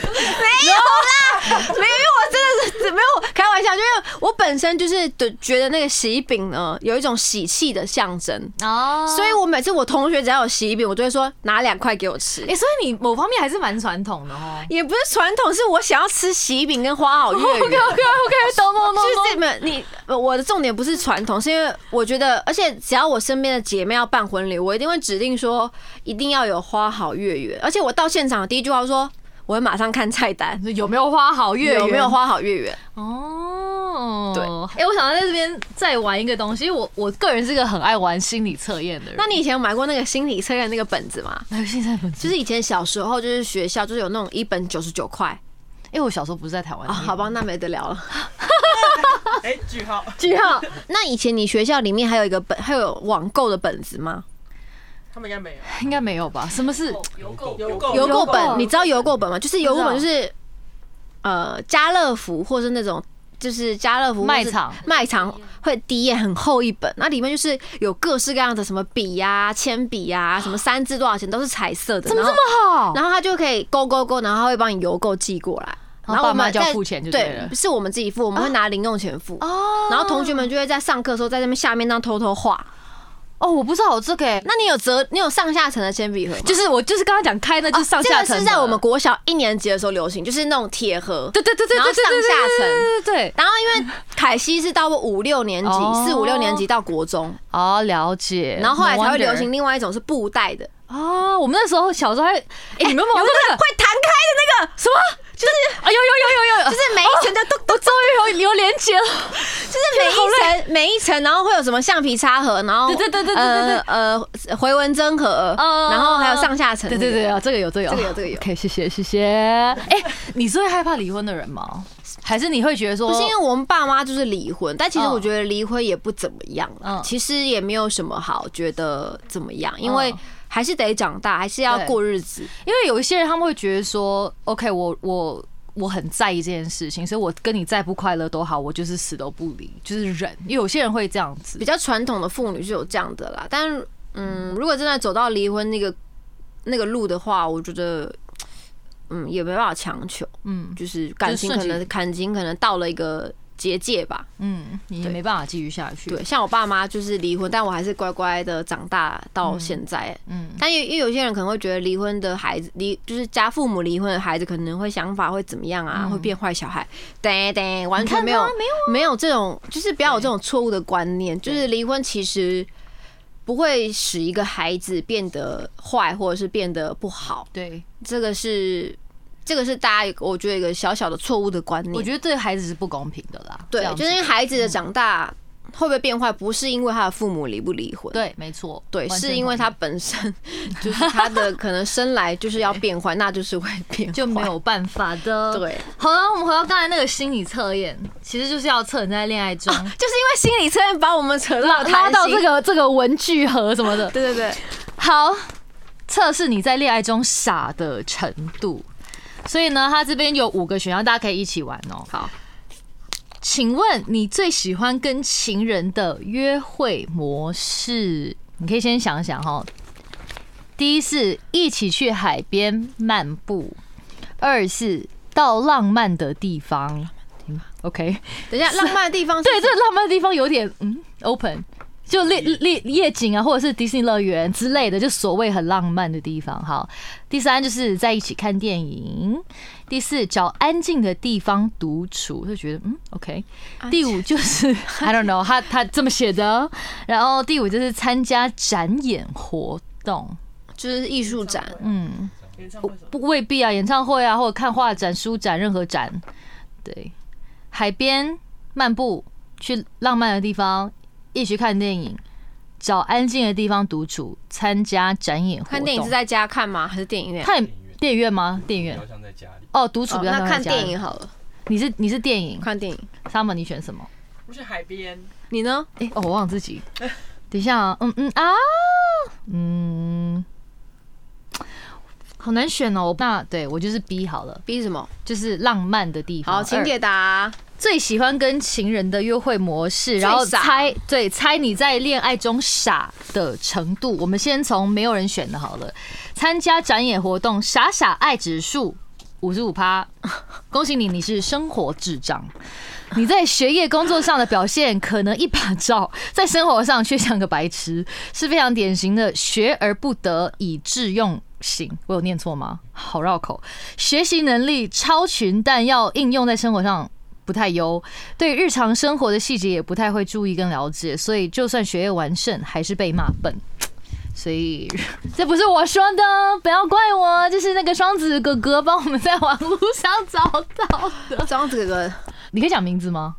Speaker 2: 没有啦，没有，因为我真的是没有开玩笑，就因为我本身就是对觉得那个喜饼呢有一种喜气的象征，
Speaker 4: 哦，
Speaker 2: 所以我每次我同学只要有喜饼，我就会说拿两块给我吃
Speaker 3: 哎、。所以你某方面还是蛮传统的 <laughs> 哦。
Speaker 2: 也不是传统，是我想要吃喜饼跟花好
Speaker 3: <laughs>
Speaker 2: 月 <laughs> 圆。
Speaker 3: 懂懂懂
Speaker 2: 就是没有你，呃我的重点不是传统，是因为我觉得，而且只要我身边的姐妹要办婚礼，我一定会指定说一定要有花好月圆，而且我到现场的第一句话说，我会马上看菜单，
Speaker 3: 有没有花好月圆？
Speaker 2: 有没有？
Speaker 3: <laughs>
Speaker 2: 花好月圆，
Speaker 3: 哦，
Speaker 2: 对
Speaker 3: 哎、我想在这边再玩一个东西，因为我我个人是个很爱玩心理测验的人。
Speaker 2: 那你以前有买过那个心理测验那个本子吗？
Speaker 3: 那现在本就，
Speaker 2: 就是是以前小时候，就是学校就是有那种一本九十九块
Speaker 3: 因哎为我小时候不是在台湾
Speaker 2: 啊，好吧，，那没得聊了。
Speaker 5: 哎，句号，
Speaker 2: 句号，那以前你学校里面还有一个本，还有网购的本子吗？
Speaker 5: <laughs> 他们应该没有。
Speaker 3: 应该没有吧？什么是？
Speaker 7: 邮购
Speaker 5: 邮
Speaker 2: 邮
Speaker 5: 购
Speaker 2: 购
Speaker 3: 邮购
Speaker 2: 本，你知道邮购本吗？就是邮购本，
Speaker 3: 不
Speaker 2: 就
Speaker 3: 知
Speaker 2: 是呃家乐福或是那种就是家乐福
Speaker 3: 卖场，
Speaker 2: 卖场会第一页很厚一本，那里面就是有各式各样的什么笔呀、铅笔
Speaker 3: <gasps>
Speaker 2: 呀、什么三支多少钱都是彩色的，怎么这么
Speaker 3: 好
Speaker 2: 然后它就可以勾勾勾，然后它会帮你邮购寄过来。
Speaker 3: 然后
Speaker 2: 然后
Speaker 3: 爸
Speaker 2: 我
Speaker 3: 妈
Speaker 2: 们
Speaker 3: 就要
Speaker 2: 再
Speaker 3: 付钱就对
Speaker 2: 对
Speaker 3: 了，啊
Speaker 2: 是我们自己付，我们会拿零用钱付。
Speaker 3: 哦
Speaker 2: 然后同学们就会在上课的时候在那边下面那样偷偷画。
Speaker 3: 哦，我不知道有这个、欸，
Speaker 2: 那你有折，你有上下层的铅笔盒吗？
Speaker 3: 就是我就是刚刚讲开那就是上下
Speaker 2: 啊哦这个
Speaker 3: 层的、
Speaker 2: 是在我们国小一年级的时候流行，就是那种铁盒。
Speaker 3: 对对对对
Speaker 2: 然后
Speaker 3: 对对对
Speaker 2: 上下层
Speaker 3: 对对对对。
Speaker 2: 然后因为凯西是到五六年级
Speaker 3: 哦，
Speaker 2: 四五六年级到国中，
Speaker 3: 哦，了解。
Speaker 2: 然后后来才会
Speaker 3: No wonder
Speaker 2: 流行另外一种是布袋的，
Speaker 3: 哦，我们那时候小时候还，哎、你们有没有玩过那个
Speaker 2: 会弹开的那个，
Speaker 3: <laughs>
Speaker 2: 哦
Speaker 3: 什么？就是啊，有有有有有，
Speaker 2: 就是每一层的都
Speaker 3: 我终于有有连接了。
Speaker 2: <laughs> 就是每一层每一层，然后会有什么橡皮擦盒，然后
Speaker 3: 对对对对对对对
Speaker 2: 呃呃回纹针盒，
Speaker 3: 哦
Speaker 2: 然后还有上下层
Speaker 3: 对
Speaker 2: 那个，
Speaker 3: 对对啊，这个有这个有
Speaker 2: 这个有这个有
Speaker 3: OK，谢谢谢谢。哎，你是会害怕离婚的人吗？还是你会觉得说，
Speaker 2: 不是因为我们爸妈就是离婚，但其实
Speaker 3: 哦嗯
Speaker 2: 我觉得离婚也不怎么样了
Speaker 3: 嗯，
Speaker 2: 其实也没有什么好觉得怎么样，因为
Speaker 3: 嗯
Speaker 2: 还是得长大，还是要
Speaker 3: 对
Speaker 2: 过日子。
Speaker 3: 因为有一些人他们会觉得说，OK，我我我很在意这件事情，所以我跟你再不快乐都好，我就是死都不离，就是忍。因为有些人会这样子
Speaker 2: 比，较传统的妇女是有这样的啦，但是嗯，如果真的走到离婚那个那个路的话，我觉得嗯也没办法强求，
Speaker 3: 嗯
Speaker 2: 就是感情可
Speaker 3: 就顺
Speaker 2: 能感情可能到了一个结界吧。
Speaker 3: 嗯，你也没办法继续下去。
Speaker 2: 对，，像我爸妈就是离婚，但我还是乖乖的长大到现在。
Speaker 3: 嗯，
Speaker 2: 但也因为有些人可能会觉得离婚的孩子离就是家父母离婚的孩子可能会想法会怎么样啊，
Speaker 3: 嗯
Speaker 2: 会变坏小孩，对对，完
Speaker 3: 看
Speaker 2: 全没有
Speaker 3: 他没啊
Speaker 2: 没有这种，就是不要有这种错误的观念，就是离婚其实不会使一个孩子变得坏或者是变得不好，
Speaker 3: 对，
Speaker 2: 这个是这个是大家有我觉得一个小小的错误的观念，
Speaker 3: 我觉得对孩子是不公平的啦。
Speaker 2: 对
Speaker 3: 这，样
Speaker 2: 就
Speaker 3: 子嗯
Speaker 2: 是孩子的长大会不会变坏，不是因为他的父母离不离婚，
Speaker 3: 对，没错，
Speaker 2: 对，
Speaker 3: 完全
Speaker 2: 是因为
Speaker 3: 同
Speaker 2: 他
Speaker 3: 意
Speaker 2: 本身就是他的可能生来就是要变坏，那就是会变坏，
Speaker 3: 就没有办法 <laughs> 的。
Speaker 2: 对。
Speaker 3: 好了，我们回到刚才那个心理测验，其实就是要测你在恋爱
Speaker 2: <laughs>
Speaker 3: 中
Speaker 2: 就是因为心理测验把我们扯到
Speaker 3: 拉到这
Speaker 2: 个，
Speaker 3: 个这个文具盒什么的。
Speaker 2: 对对对，
Speaker 3: 好，测试你在恋爱中傻的程度。所以呢，它这边有五个选项，大家可以一起玩哦。好，请问你最喜欢跟情人的约会模式？你可以先想想哈。第一是一起去海边漫步，二是到浪漫的地方。嗯 OK，
Speaker 2: 等一下浪漫的地方是
Speaker 3: <laughs> 对，这浪漫的地方有点嗯 open，就夜夜夜景啊，或者是迪士尼乐园之类的，就所谓很浪漫的地方。好，第三就是在一起看电影，第四找安静的地方独处，就觉得嗯 OK。第五就是 I don't know，他他这么写的。哦然后第五就是参加展演活动，
Speaker 2: 就是艺术展，
Speaker 3: 嗯，
Speaker 5: 演唱会什么？
Speaker 3: 不未必啊，演唱会啊，或者看画展、书展，任何展，对，海边漫步，去浪漫的地方，一起去看电影，找安静的地方独处，参加展演活动。
Speaker 2: 看电影是在家看吗？还是电影院？
Speaker 3: 看电影院吗？电影院
Speaker 6: 比较像在家里，
Speaker 3: 哦，独处
Speaker 2: 哦
Speaker 3: 比较像
Speaker 2: 那
Speaker 3: 在
Speaker 2: 看
Speaker 3: 家
Speaker 2: 电影好了，
Speaker 3: 你是你是电影
Speaker 2: 看电影。
Speaker 3: ，Summer 你选什么？
Speaker 5: 我是海边，
Speaker 2: 你呢？
Speaker 3: 哎、哦，我忘了自己。等一下、啊，嗯嗯啊，嗯，好难选哦。那对我就是 B 好了，
Speaker 2: 逼什么？
Speaker 3: 就是浪漫的地方。
Speaker 2: 好，请
Speaker 3: 二
Speaker 2: 解答。
Speaker 3: 最喜欢跟情人的约会模式，然后
Speaker 2: 最傻
Speaker 3: 猜对猜你在恋爱中傻的程度。我们先从没有人选的好了，参加展演活动，傻傻爱指数五十五
Speaker 2: <laughs>
Speaker 3: 趴，恭喜你，你是生活智障。你在学业、工作上的表现可能一把照，在生活上却像个白痴，是非常典型的学而不得以致用型。我有念错吗？好绕口。学习能力超群，但要应用在生活上不太优，对日常生活的细节也不太会注意跟了解，所以就算学业完胜，还是被骂笨。所以 <laughs> 这不是我说的，不要怪我，这是那个双子哥哥帮我们在网络上找到的。
Speaker 2: 双子哥哥
Speaker 3: 你可以讲名字吗？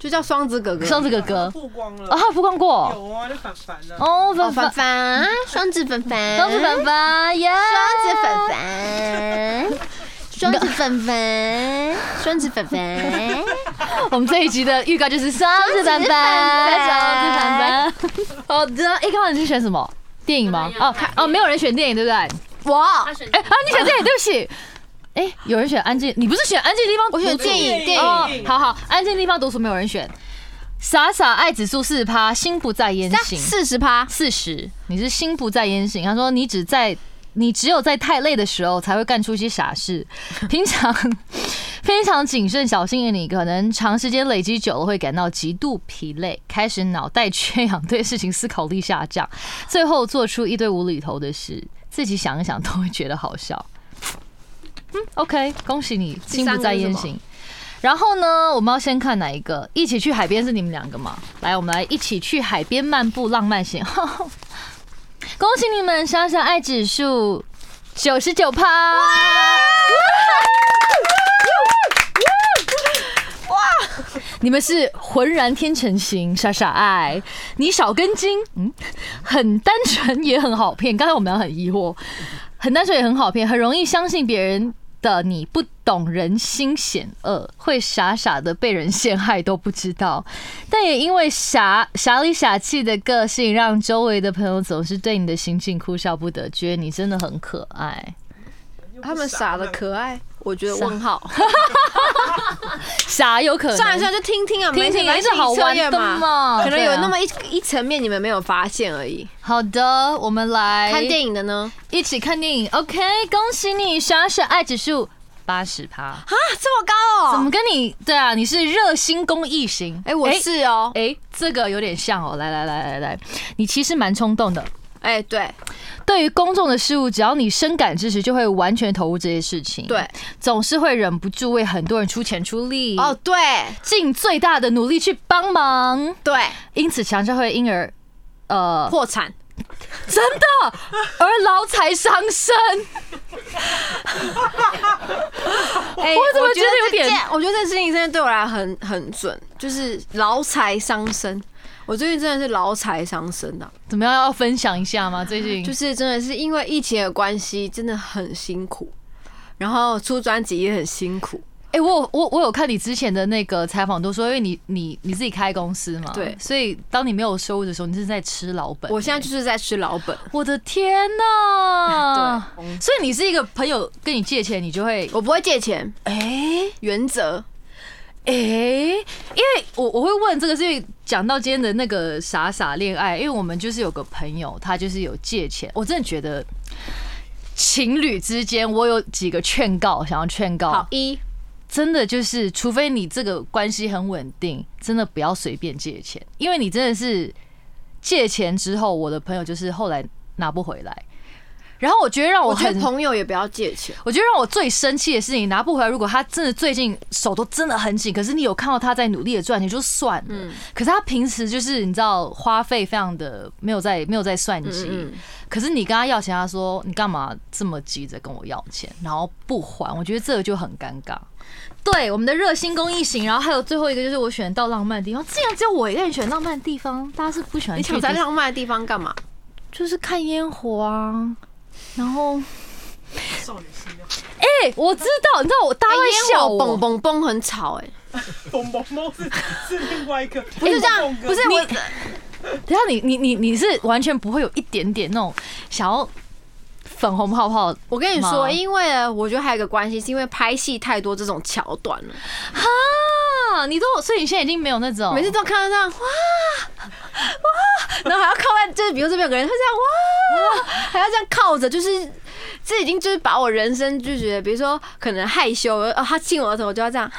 Speaker 2: 就叫双子哥哥。
Speaker 3: 双子哥哥
Speaker 5: 曝光了
Speaker 3: 啊，他曝光过
Speaker 5: 有啊，就反凡了。
Speaker 3: 哦，
Speaker 2: 哦，
Speaker 3: 凡
Speaker 2: 凡
Speaker 3: 凡，
Speaker 2: 凡，双子凡凡，
Speaker 3: 双子凡凡耶，
Speaker 2: 双子凡凡，双子凡凡，哎双子凡凡。
Speaker 3: 我们这一集的预告就是双子凡凡，双子凡凡。好的，哎，刚刚你是选什么电影吗？哦哦，没有人选电影，对不对？
Speaker 2: 我
Speaker 3: 哎啊，你选电影，对不起。哎，有人选安静，你不是选安静的地方？
Speaker 2: 我选
Speaker 3: 读书
Speaker 2: 电影，电影。
Speaker 3: 哦，好好，安静的地方读书没有人选。傻傻爱指数四趴，心不在焉行。
Speaker 2: 四十趴，
Speaker 3: 四十，你是心不在焉行。他说你只在，你只有在太累的时候才会干出一些傻事，平常非常谨慎小心的你，可能长时间累积久了会感到极度疲累，开始脑袋缺氧，对事情思考力下降，最后做出一堆无厘头的事，自己想一想都会觉得好笑。嗯，OK，恭喜你，心不在焉
Speaker 2: 第三个是什
Speaker 3: 行。然后呢，我们要先看哪一个？一起去海边是你们两个吗？来，我们来一起去海边漫步浪漫型。 <laughs> 恭喜你们，莎莎爱指数九十九趴。你们是浑然天成型，傻傻爱你少根筋，嗯，很单纯也很好骗。刚才我们俩很疑惑，很单纯也很好骗，很容易相信别人的你不懂人心险恶，会傻傻的被人陷害都不知道。但也因为傻傻里傻气的个性，让周围的朋友总是对你的行径哭笑不得，觉得你真的很可爱。
Speaker 2: 他们傻的可爱，我觉得问号。
Speaker 3: 傻有可能，
Speaker 2: 算了算了，就听听啊，
Speaker 3: 听
Speaker 2: 没事
Speaker 3: 听
Speaker 2: 反
Speaker 3: 也是
Speaker 2: 正
Speaker 3: 好玩
Speaker 2: 心理测验
Speaker 3: 的嘛，
Speaker 2: 可能
Speaker 3: 对
Speaker 2: 有
Speaker 3: 啊
Speaker 2: 那么一一层面你们没有发现而已。
Speaker 3: 好的，我们来
Speaker 2: 看
Speaker 3: 影，
Speaker 2: 电影的呢？
Speaker 3: 一起看电影。OK，恭喜你，莎莎爱指数八十趴。
Speaker 2: 啊，这么高哦！
Speaker 3: 怎么？跟你对啊？你是热心公益型，
Speaker 2: 哎，我是哦。
Speaker 3: 哎、这个有点像哦。来来来来来，你其实蛮冲动的。
Speaker 2: 哎，对
Speaker 3: 对于公众的事物，只要你深感支持，就会完全投入这些事情。
Speaker 2: 对，
Speaker 3: 总是会忍不住为很多人出钱出力，
Speaker 2: 哦，
Speaker 3: 哦，
Speaker 2: 对
Speaker 3: 尽最大的努力去帮忙。
Speaker 2: 对，
Speaker 3: 因此，常常会因而，呃，
Speaker 2: 破产。
Speaker 3: 真的而劳财伤身。
Speaker 2: 哎，
Speaker 3: 我怎么觉得有
Speaker 2: 这
Speaker 3: 点
Speaker 2: 件我觉得这事情真的对我来很很准，就是劳财伤身。我最近真的是劳财伤身的，
Speaker 3: 怎么样？要分享一下吗？最近
Speaker 2: 就是真的是因为疫情的关系，真的很辛苦。然后出专辑也很辛苦，
Speaker 3: 哎、我有我我有看你之前的那个采访，都说因为你你你自己开公司嘛，
Speaker 2: 对
Speaker 3: 所以当你没有收入的时候，你是在吃老本。
Speaker 2: 我现在就是在吃老本。
Speaker 3: 我的天呐、 <laughs>
Speaker 2: 对，
Speaker 3: 所以你是一个朋友跟你借钱，你就会
Speaker 2: 我不会借钱，
Speaker 3: 哎
Speaker 2: 原则
Speaker 3: 哎、因为我我会问这个，是因为讲到今天的那个傻傻恋爱，因为我们就是有个朋友，他就是有借钱，我真的觉得情侣之间，我有几个劝告，想要劝告，
Speaker 2: 好一。
Speaker 3: 真的就是，除非你这个关系很稳定，真的不要随便借钱，因为你真的是借钱之后，我的朋友就是后来拿不回来。然后我觉得让我
Speaker 2: 我觉
Speaker 3: 哦很
Speaker 2: 得，朋友也不要借钱，
Speaker 3: 我觉得让我最生气的事情拿不回来。如果他真的最近手都真的很紧，可是你有看到他在努力的赚钱，就算了。可是他平时就是你知道花费非常的没有在没有在算计，
Speaker 2: 嗯嗯
Speaker 3: 可是你跟他要钱，他说你干嘛这么急着跟我要钱，然后不还，我觉得这个就很尴尬。对，我们的热心公益型，然后还有最后一个就是我选到浪漫的地方，竟然只有我一个人选浪漫的地方，大家是不喜欢
Speaker 2: 你
Speaker 3: 去
Speaker 2: 想在
Speaker 3: 迪士
Speaker 2: 浪漫的地方干嘛？
Speaker 3: 就是看烟火啊，然后
Speaker 5: <laughs> 少女心啊，
Speaker 3: 哎，我知道，你知道我大家
Speaker 2: 哎
Speaker 3: 会
Speaker 2: 烟
Speaker 3: 笑
Speaker 2: 火
Speaker 3: 我
Speaker 2: 嘣，嘣嘣很吵哎、
Speaker 5: 蹦蹦蹦是是另外一个，
Speaker 2: 不
Speaker 5: 不
Speaker 2: 是这样，不是
Speaker 3: <laughs>
Speaker 2: 我，
Speaker 3: 等一下你你你你是完全不会有一点点那种想要粉红泡泡
Speaker 2: 我跟你说，
Speaker 3: 吗
Speaker 2: 因为呢我觉得还有一个关系，是因为拍戏太多这种桥段了，
Speaker 3: 啊？你都所以你现在已经没有那种
Speaker 2: 每次都看到这样哇哇，然后还要靠在，就是比如这边有个人，他这样哇，还要这样靠着，就是这已经就是把我人生就觉得，比如说可能害羞，哦，他亲我的头，我就要这样，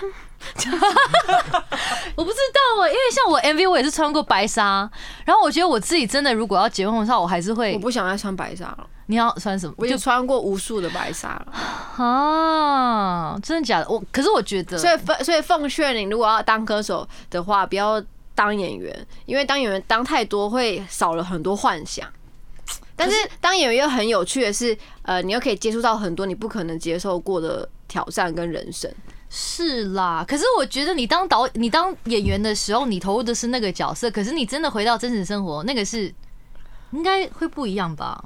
Speaker 3: 我不知道哎、因为像我 MV 我也是穿过白纱，然后我觉得我自己真的如果要结婚的话，我还是
Speaker 2: 我
Speaker 3: 会
Speaker 2: 不想再穿白纱了，
Speaker 3: 你要穿什么
Speaker 2: 我已
Speaker 3: 就
Speaker 2: 经穿过无数的白纱了。
Speaker 3: 啊，真的假的？我可是我觉得，
Speaker 2: 所以奉所以奉劝你，如果要当歌手的话，不要当演员，因为当演员当太多会少了很多幻想。但是当演员又很有趣的是，呃，你又可以接触到很多你不可能接受过的挑战跟人生。
Speaker 3: 是啦，可是我觉得你当导你当演员的时候，你投入的是那个角色，可是你真的回到真实生活，那个是应该会不一样吧？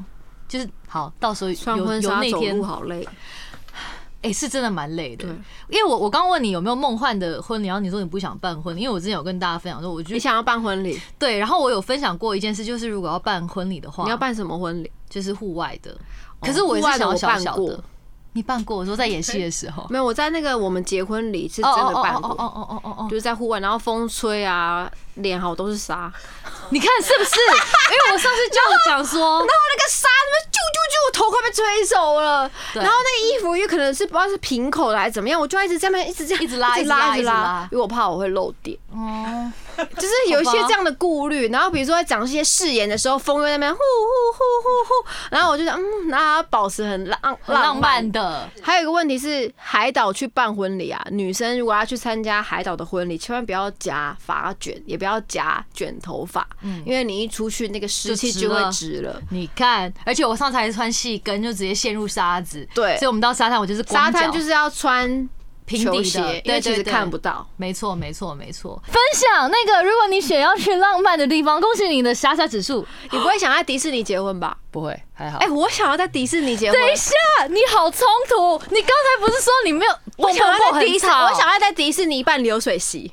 Speaker 3: 就是好，到时候
Speaker 2: 穿
Speaker 3: 有
Speaker 2: 婚
Speaker 3: 有
Speaker 2: 纱
Speaker 3: 那
Speaker 2: 走
Speaker 3: 天
Speaker 2: 路，好累，
Speaker 3: 哎、是真的蛮累的
Speaker 2: 对。
Speaker 3: 因为我我刚问你有没有梦幻的婚礼，然后你说你不想办婚礼，因为我之前有跟大家分享说，我觉
Speaker 2: 你
Speaker 3: 得
Speaker 2: 想要办婚礼，
Speaker 3: 对，然后我有分享过一件事，就是如果要办婚礼的话，
Speaker 2: 你要办什么婚礼？
Speaker 3: 就是户外的，可是我也
Speaker 2: 户
Speaker 3: 是想要
Speaker 2: 外的我
Speaker 3: 小
Speaker 2: 办
Speaker 3: 小
Speaker 2: 过
Speaker 3: 的。你办过？我说在演戏的时候，
Speaker 2: 没有，我在那个我们结婚 <laughs> 礼是
Speaker 3: 哦
Speaker 2: 真
Speaker 3: 哦
Speaker 2: 的
Speaker 3: 哦
Speaker 2: 办
Speaker 3: 哦
Speaker 2: 过，
Speaker 3: 哦哦哦哦
Speaker 2: 就是在户外，然后风吹啊，脸好都是沙。
Speaker 3: 你看是不是？因为我上次就有讲说
Speaker 2: 然，后那个沙那边啾啾啾，我头快被吹走了。
Speaker 3: 对
Speaker 2: 然后那个衣服又可能是不知道是平口的还是怎么样，我就一直在那边一直这样
Speaker 3: 一直拉
Speaker 2: 一拉
Speaker 3: 一直拉
Speaker 2: 拉，因为我怕我会漏点，
Speaker 3: 哦，
Speaker 2: 就是有一些这样的顾虑。然后比如说在讲这些誓言的时候，风又在那边呼呼呼呼呼，然后我就想，嗯，那要保持 <laughs> 很浪
Speaker 3: 很浪漫
Speaker 2: 漫。
Speaker 3: 的，
Speaker 2: 还有一个问题是，海岛去办婚礼啊，女生如果要去参加海岛的婚礼，千万不要夹发卷，也不要夹卷头发，因为你一出去那个湿气
Speaker 3: 就直
Speaker 2: 嗯就
Speaker 3: 了
Speaker 2: 会直了。
Speaker 3: 你看，而且我上次还穿细跟，就直接陷入沙子。
Speaker 2: 对
Speaker 3: 所以我们到沙滩，我就是光
Speaker 2: 沙滩
Speaker 3: 脚
Speaker 2: 就是要穿
Speaker 3: 平
Speaker 2: 球
Speaker 3: 底
Speaker 2: 鞋
Speaker 3: 的，
Speaker 2: 因为
Speaker 3: 对
Speaker 2: 其
Speaker 3: 对
Speaker 2: 实
Speaker 3: 对
Speaker 2: 看不 <gasps> 到。
Speaker 3: 没错，没错，没错。
Speaker 4: 分享那个，如果你选要去浪漫的地方，恭喜你的傻傻指数。
Speaker 2: 你不会想在迪士尼结婚吧？
Speaker 3: 不会，还好
Speaker 2: 哎、我想要在迪士尼结婚，
Speaker 4: 等一下，你好冲突！你刚才不是说你没有？
Speaker 2: 我想要在迪士，
Speaker 4: 蹦蹦蹦很吵
Speaker 2: 我想要在迪士尼办流水席。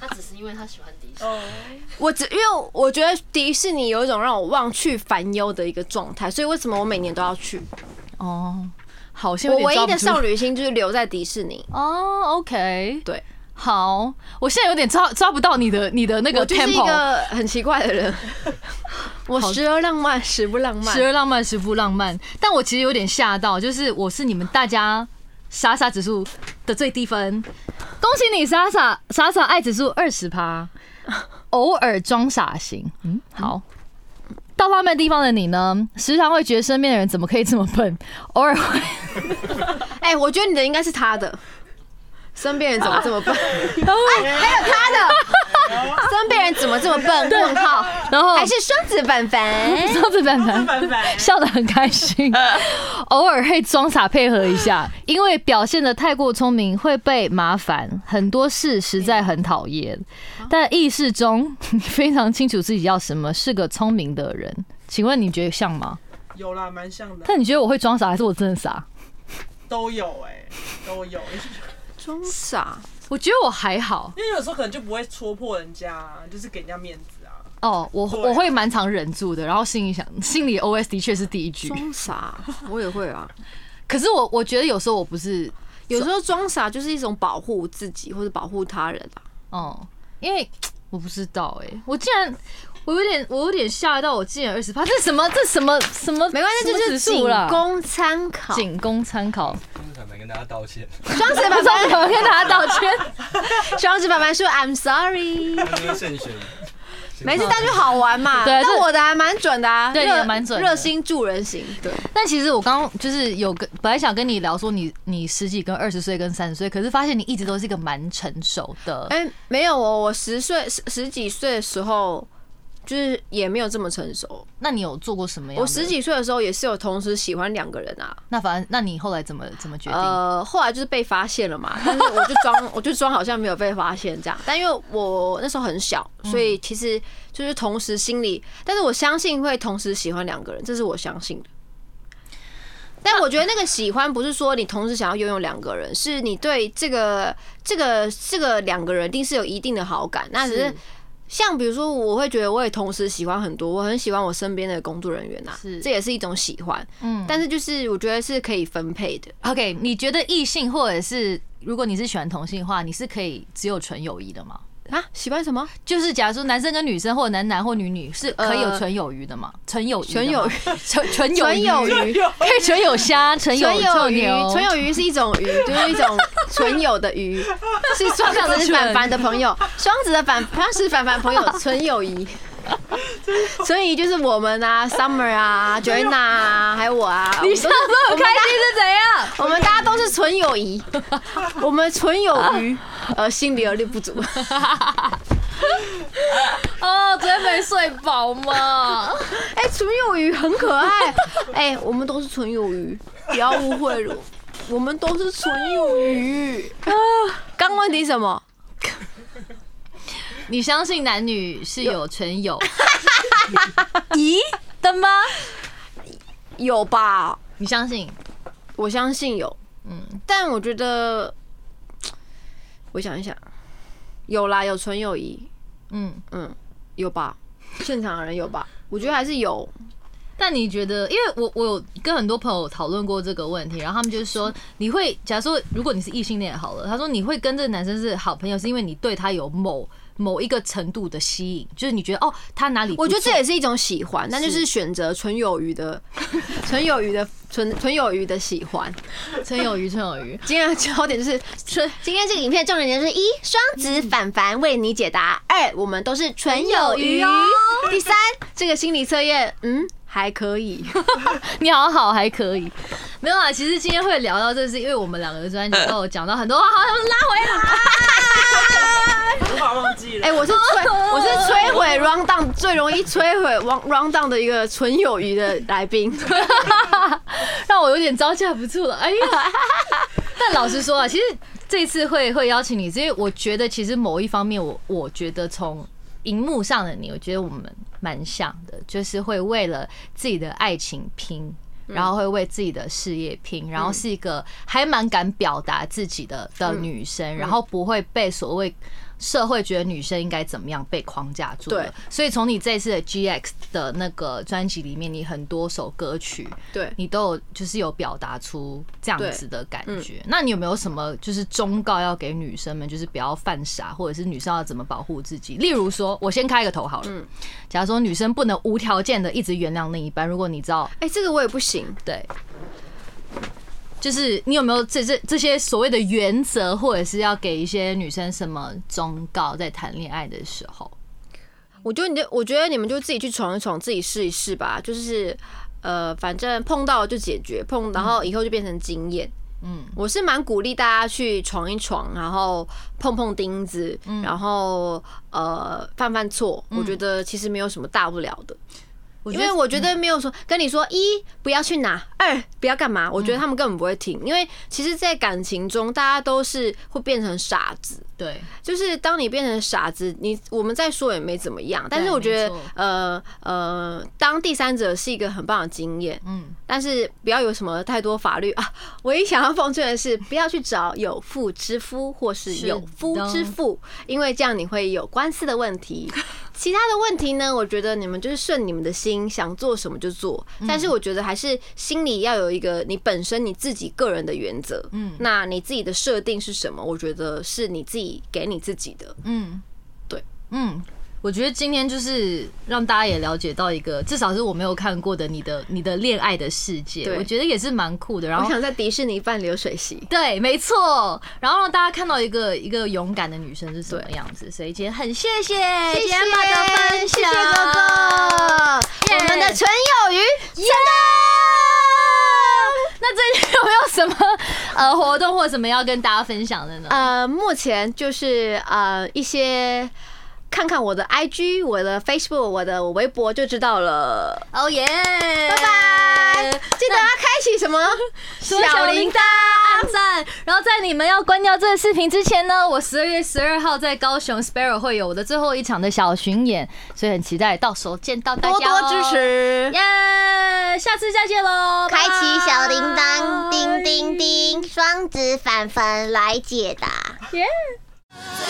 Speaker 7: 他只是因为他喜欢迪士尼。
Speaker 5: 哦，
Speaker 2: 我只因为我觉得迪士尼有一种让我忘却烦忧的一个状态，所以为什么我每年都要去？
Speaker 3: 哦，好像
Speaker 2: 我
Speaker 3: 有点抓
Speaker 2: 唯一的
Speaker 3: 不住
Speaker 2: 少女心就是留在迪士尼。
Speaker 3: 哦，OK，
Speaker 2: 对，
Speaker 3: 好，我现在有点抓抓不到你的你的那
Speaker 2: 我
Speaker 3: 个
Speaker 2: 就是一
Speaker 3: tempo，
Speaker 2: 个很奇怪的人， <laughs> 我时而浪漫，时不浪漫
Speaker 3: 时。而浪漫，时不浪漫。但我其实有点吓到，就是我是你们大家莎莎指数的最低分，
Speaker 4: 恭喜你傻傻傻傻爱指数二十
Speaker 2: <laughs>
Speaker 4: 趴，
Speaker 3: 偶尔装傻型。嗯，好，
Speaker 4: 到浪漫地方的你呢，时常会觉得身边的人怎么可以这么笨，偶尔
Speaker 2: <laughs>
Speaker 4: 会
Speaker 2: 哎、我觉得你的应该是他的。身边人怎么这么 <laughs> 笨？哎 <laughs> 身边人怎么这么笨？问号。
Speaker 4: 然后。
Speaker 2: 还是双子本本
Speaker 4: 双子本本
Speaker 5: 拜
Speaker 3: <laughs>
Speaker 4: <laughs>
Speaker 5: 拜。
Speaker 4: 笑得很开心，偶尔会装傻配合一下，因为表现得太过聪明会被麻烦，很多事实在很讨厌。
Speaker 3: 啊
Speaker 4: 但意识中 <laughs> 非常清楚自己要什么，是个聪明的人。请问你觉得像吗？
Speaker 5: 有啦，蛮像的，
Speaker 4: 但你觉得我会装傻，还是我真的傻？
Speaker 5: 都有哎，都有，
Speaker 2: 装傻，
Speaker 3: 我觉得我还好
Speaker 5: 因为有时候可能就不会戳破人家啊，就是给人家面子啊。 <laughs>
Speaker 3: 哦，我
Speaker 5: 对
Speaker 3: 我会蛮常忍住的，然后心里想，心里 OS 的确是第一句，
Speaker 2: 装傻，我也会啊。
Speaker 3: 可是我我觉得有时候我不是，
Speaker 2: 有时候装傻就是一种保护自己或者保护他人啊。
Speaker 3: 哦，因为我不知道哎、我竟然。我有点，我有点吓到，我竟然二十八，这什么，这什么什么，
Speaker 2: 没关
Speaker 3: 什
Speaker 2: 系，这
Speaker 3: 么
Speaker 2: 就是
Speaker 3: 指数
Speaker 2: 仅
Speaker 3: 啦
Speaker 2: 供参考。
Speaker 3: 仅供参考。
Speaker 6: 真的坦白跟大家道歉，
Speaker 2: 双子爸
Speaker 4: 不知道怎
Speaker 2: 爸，
Speaker 4: 么跟大家道歉。
Speaker 2: <laughs> 双子爸爸说 I'm sorry，
Speaker 6: 今天慎选。
Speaker 2: 没事，但就好玩嘛。
Speaker 4: 对
Speaker 2: 但
Speaker 4: 这
Speaker 2: 我的还蛮准的啊，
Speaker 3: 对
Speaker 2: 热
Speaker 3: 你的蛮准的
Speaker 2: 热心助人型。对，
Speaker 3: 但其实我刚就是有跟本来想跟你聊说你你十几跟二十岁跟三十岁，可是发现你一直都是一个蛮成熟的，
Speaker 2: 哎，没有哦，我十岁十十几岁的时候，就是也没有这么成熟。
Speaker 3: 那你有做过什么样的？
Speaker 2: 我十几岁的时候也是有同时喜欢两个人啊，
Speaker 3: 那反正那你后来怎么怎么决定？
Speaker 2: 呃，后来就是被发现了嘛， <laughs> 但是我就装，我就装好像没有被发现这样。但因为我那时候很小，所以其实就是同时心里，但是我相信会同时喜欢两个人，这是我相信的。但我觉得那个喜欢不是说你同时想要拥有两个人，是你对这个这个这个两个人一定是有一定的好感。那只是像比如说，我会觉得我也同时喜欢很多，我很喜欢我身边的工作人员呐、
Speaker 3: 是
Speaker 2: 这也是一种喜欢。
Speaker 3: 嗯
Speaker 2: 但是就是我觉得是可以分配的。
Speaker 3: ，OK，你觉得异性或者是如果你是喜欢同性的话，你是可以只有纯友谊的吗？
Speaker 2: 啊，喜欢什么？
Speaker 3: 就是假如说男生跟女生或者男男或女女是可以有纯友谊的吗？纯友谊的吗，
Speaker 2: 呃纯友谊
Speaker 3: 纯纯友
Speaker 2: 纯
Speaker 3: 谊，
Speaker 2: 友
Speaker 5: 哎
Speaker 2: 谊，
Speaker 5: 呦
Speaker 3: 可以纯友虾、纯友
Speaker 2: 纯友
Speaker 3: 纯
Speaker 2: 谊
Speaker 3: 友，
Speaker 2: 纯友谊是一种 <laughs> 鱼，就是一种纯友的 <laughs> 鱼，是双子是凡凡的朋友，双子的凡他是凡凡朋 <laughs> 友，纯友谊。纯友谊就是我们啊，Summer 啊，Joanna 啊，还有我啊，我们都
Speaker 3: 很开心是怎
Speaker 2: <laughs>
Speaker 3: 样？
Speaker 2: 我们大家都是纯友 <laughs> 谊，我们纯友谊，呃，心理而力不足。
Speaker 3: 哦，昨天没睡饱
Speaker 2: <laughs>
Speaker 3: 吗？
Speaker 2: 哎，纯友谊很可爱，哎，我们都是纯友 <laughs> 谊，不要误会了，我们都是纯友谊。刚问题什么？
Speaker 3: 你相信男女是有纯友 <laughs> 谊的吗？
Speaker 2: 有吧？
Speaker 3: 你相信？
Speaker 2: 我相信有，嗯，但我觉得，我想一想，有啦，有纯友谊，
Speaker 3: 嗯，
Speaker 2: 嗯，有吧？现场的人有吧？我觉得还是有，
Speaker 3: 但你觉得？因为我我有跟很多朋友讨论过这个问题，然后他们就是说，你会假如说如果你是异性恋好了，他说你会跟这个男生是好朋友，是因为你对他有某某一个程度的吸引，就是你觉得哦，他哪里不错？
Speaker 2: 我觉得这也是一种喜欢，但就是选择纯友谊 <laughs> 的，纯友谊的，纯纯友谊的喜欢。
Speaker 3: 纯友谊，纯友谊。
Speaker 2: 今天的焦点就是纯，今天这个影片重点就是一双子凡凡为你解答，二我们都是纯友谊哦，第三这个心理测验，嗯，还可以。
Speaker 3: 你好好还可以，没有啊。其实今天会聊到这，是因为我们两个的专
Speaker 2: <laughs>
Speaker 3: 辑都有讲到很多，好，我们拉回来。
Speaker 5: 无法忘记了。
Speaker 2: 哎、我是摧，我是摧毁 round down 最容易摧毁 round round down 的一个纯友谊的来宾。
Speaker 3: <laughs> 让我有点招架不住了。哎呀，但老实说啊，其实这次会会邀请你，是因为我觉得其实某一方面我，我觉得从荧幕上的你，我觉得我们蛮像的，就是会为了自己的爱情拼。然后会为自己的事业拼，然后是一个还蛮敢表达自己的的女生，然后不会被所谓社会觉得女生应该怎么样被框架住了
Speaker 2: 对。
Speaker 3: 所以从你这次的 GX 的那个专辑里面，你很多首歌曲，
Speaker 2: 对
Speaker 3: 你都有就是有表达出这样子的感觉。那你有没有什么就是忠告要给女生们，就是不要犯傻，或者是女生要怎么保护自己？例如说，我先开一个头好了，假如说女生不能无条件的一直原谅另一半，如果你知道
Speaker 2: 哎、这个我也不行。
Speaker 3: 对。就是你有没有这这这些所谓的原则，或者是要给一些女生什么忠告，在谈恋爱的时候？
Speaker 2: 我觉得你就，我觉得你们就自己去闯一闯，自己试一试吧。就是，呃，反正碰到了就解决，碰然后以后就变成经验。
Speaker 3: 嗯
Speaker 2: 嗯，我是蛮鼓励大家去闯一闯，然后碰碰钉子，然后呃犯犯错，我觉得其实没有什么大不了的。因为我觉得嗯没有说跟你说一不要去哪，二不要干嘛，我觉得他们根本不会听，因为其实，在感情中大家都是会变成傻子，
Speaker 3: 对，
Speaker 2: 就是当你变成傻子，你我们再说也没怎么样。但是我觉
Speaker 3: 没
Speaker 2: 得
Speaker 3: 错，
Speaker 2: 呃呃，当第三者是一个很棒的经验，
Speaker 3: 嗯，
Speaker 2: 但是不要有什么太多法律啊。 <laughs> 唯一想要奉劝的是，不要去找有妇之夫或是有夫之妇，因为这样你会有官司的问 <laughs> 题。其他的问题呢，我觉得你们就是顺你们的心，想做什么就做。但是我觉得还是心里要有一个你本身你自己个人的原则。
Speaker 3: 嗯
Speaker 2: 嗯，那你自己的设定是什么？我觉得是你自己给你自己的。
Speaker 3: 嗯，
Speaker 2: 对，
Speaker 3: 嗯，我觉得今天就是让大家也了解到一个，至少是我没有看过的你的你的恋爱的世界，
Speaker 2: 对
Speaker 3: 我觉得也是蛮酷的。然
Speaker 2: 我
Speaker 3: 后
Speaker 2: 想在迪士尼办流水席。
Speaker 3: 对，没错，然后让大家看到一个一个勇敢的女生是什么样子，所以今天很谢谢
Speaker 2: 谢
Speaker 3: 谢
Speaker 2: 谢
Speaker 3: 妈的分
Speaker 2: 谢
Speaker 3: 享，
Speaker 2: 谢哥哥，
Speaker 3: 耶
Speaker 2: 我们的纯友谊
Speaker 3: 耶！那最近有没有什么呃活动
Speaker 2: 呃
Speaker 3: 或什么要跟大家分享的呢？
Speaker 2: 呃，目前就是呃一些看看我的 IG、我的 Facebook、我的微博就知道了。
Speaker 3: 哦耶，拜
Speaker 2: 拜拜，记得要开启 <laughs> 什么小铃铛。
Speaker 3: 按赞。然后在你们要关掉这个视频之前呢，我十二月十二号在高雄 Sparrow 会有我的最后一场的小巡演，所以很期待到时候见到大家、
Speaker 2: 多多支，持，
Speaker 3: 耶！下次再见喽，
Speaker 8: 开启小铃铛，
Speaker 3: 拜
Speaker 8: 叮叮叮，双子反phần来解答。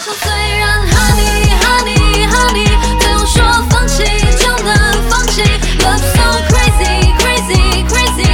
Speaker 9: 说虽然 honey honey honey 对我说放弃就能放弃，love so crazy crazy crazy。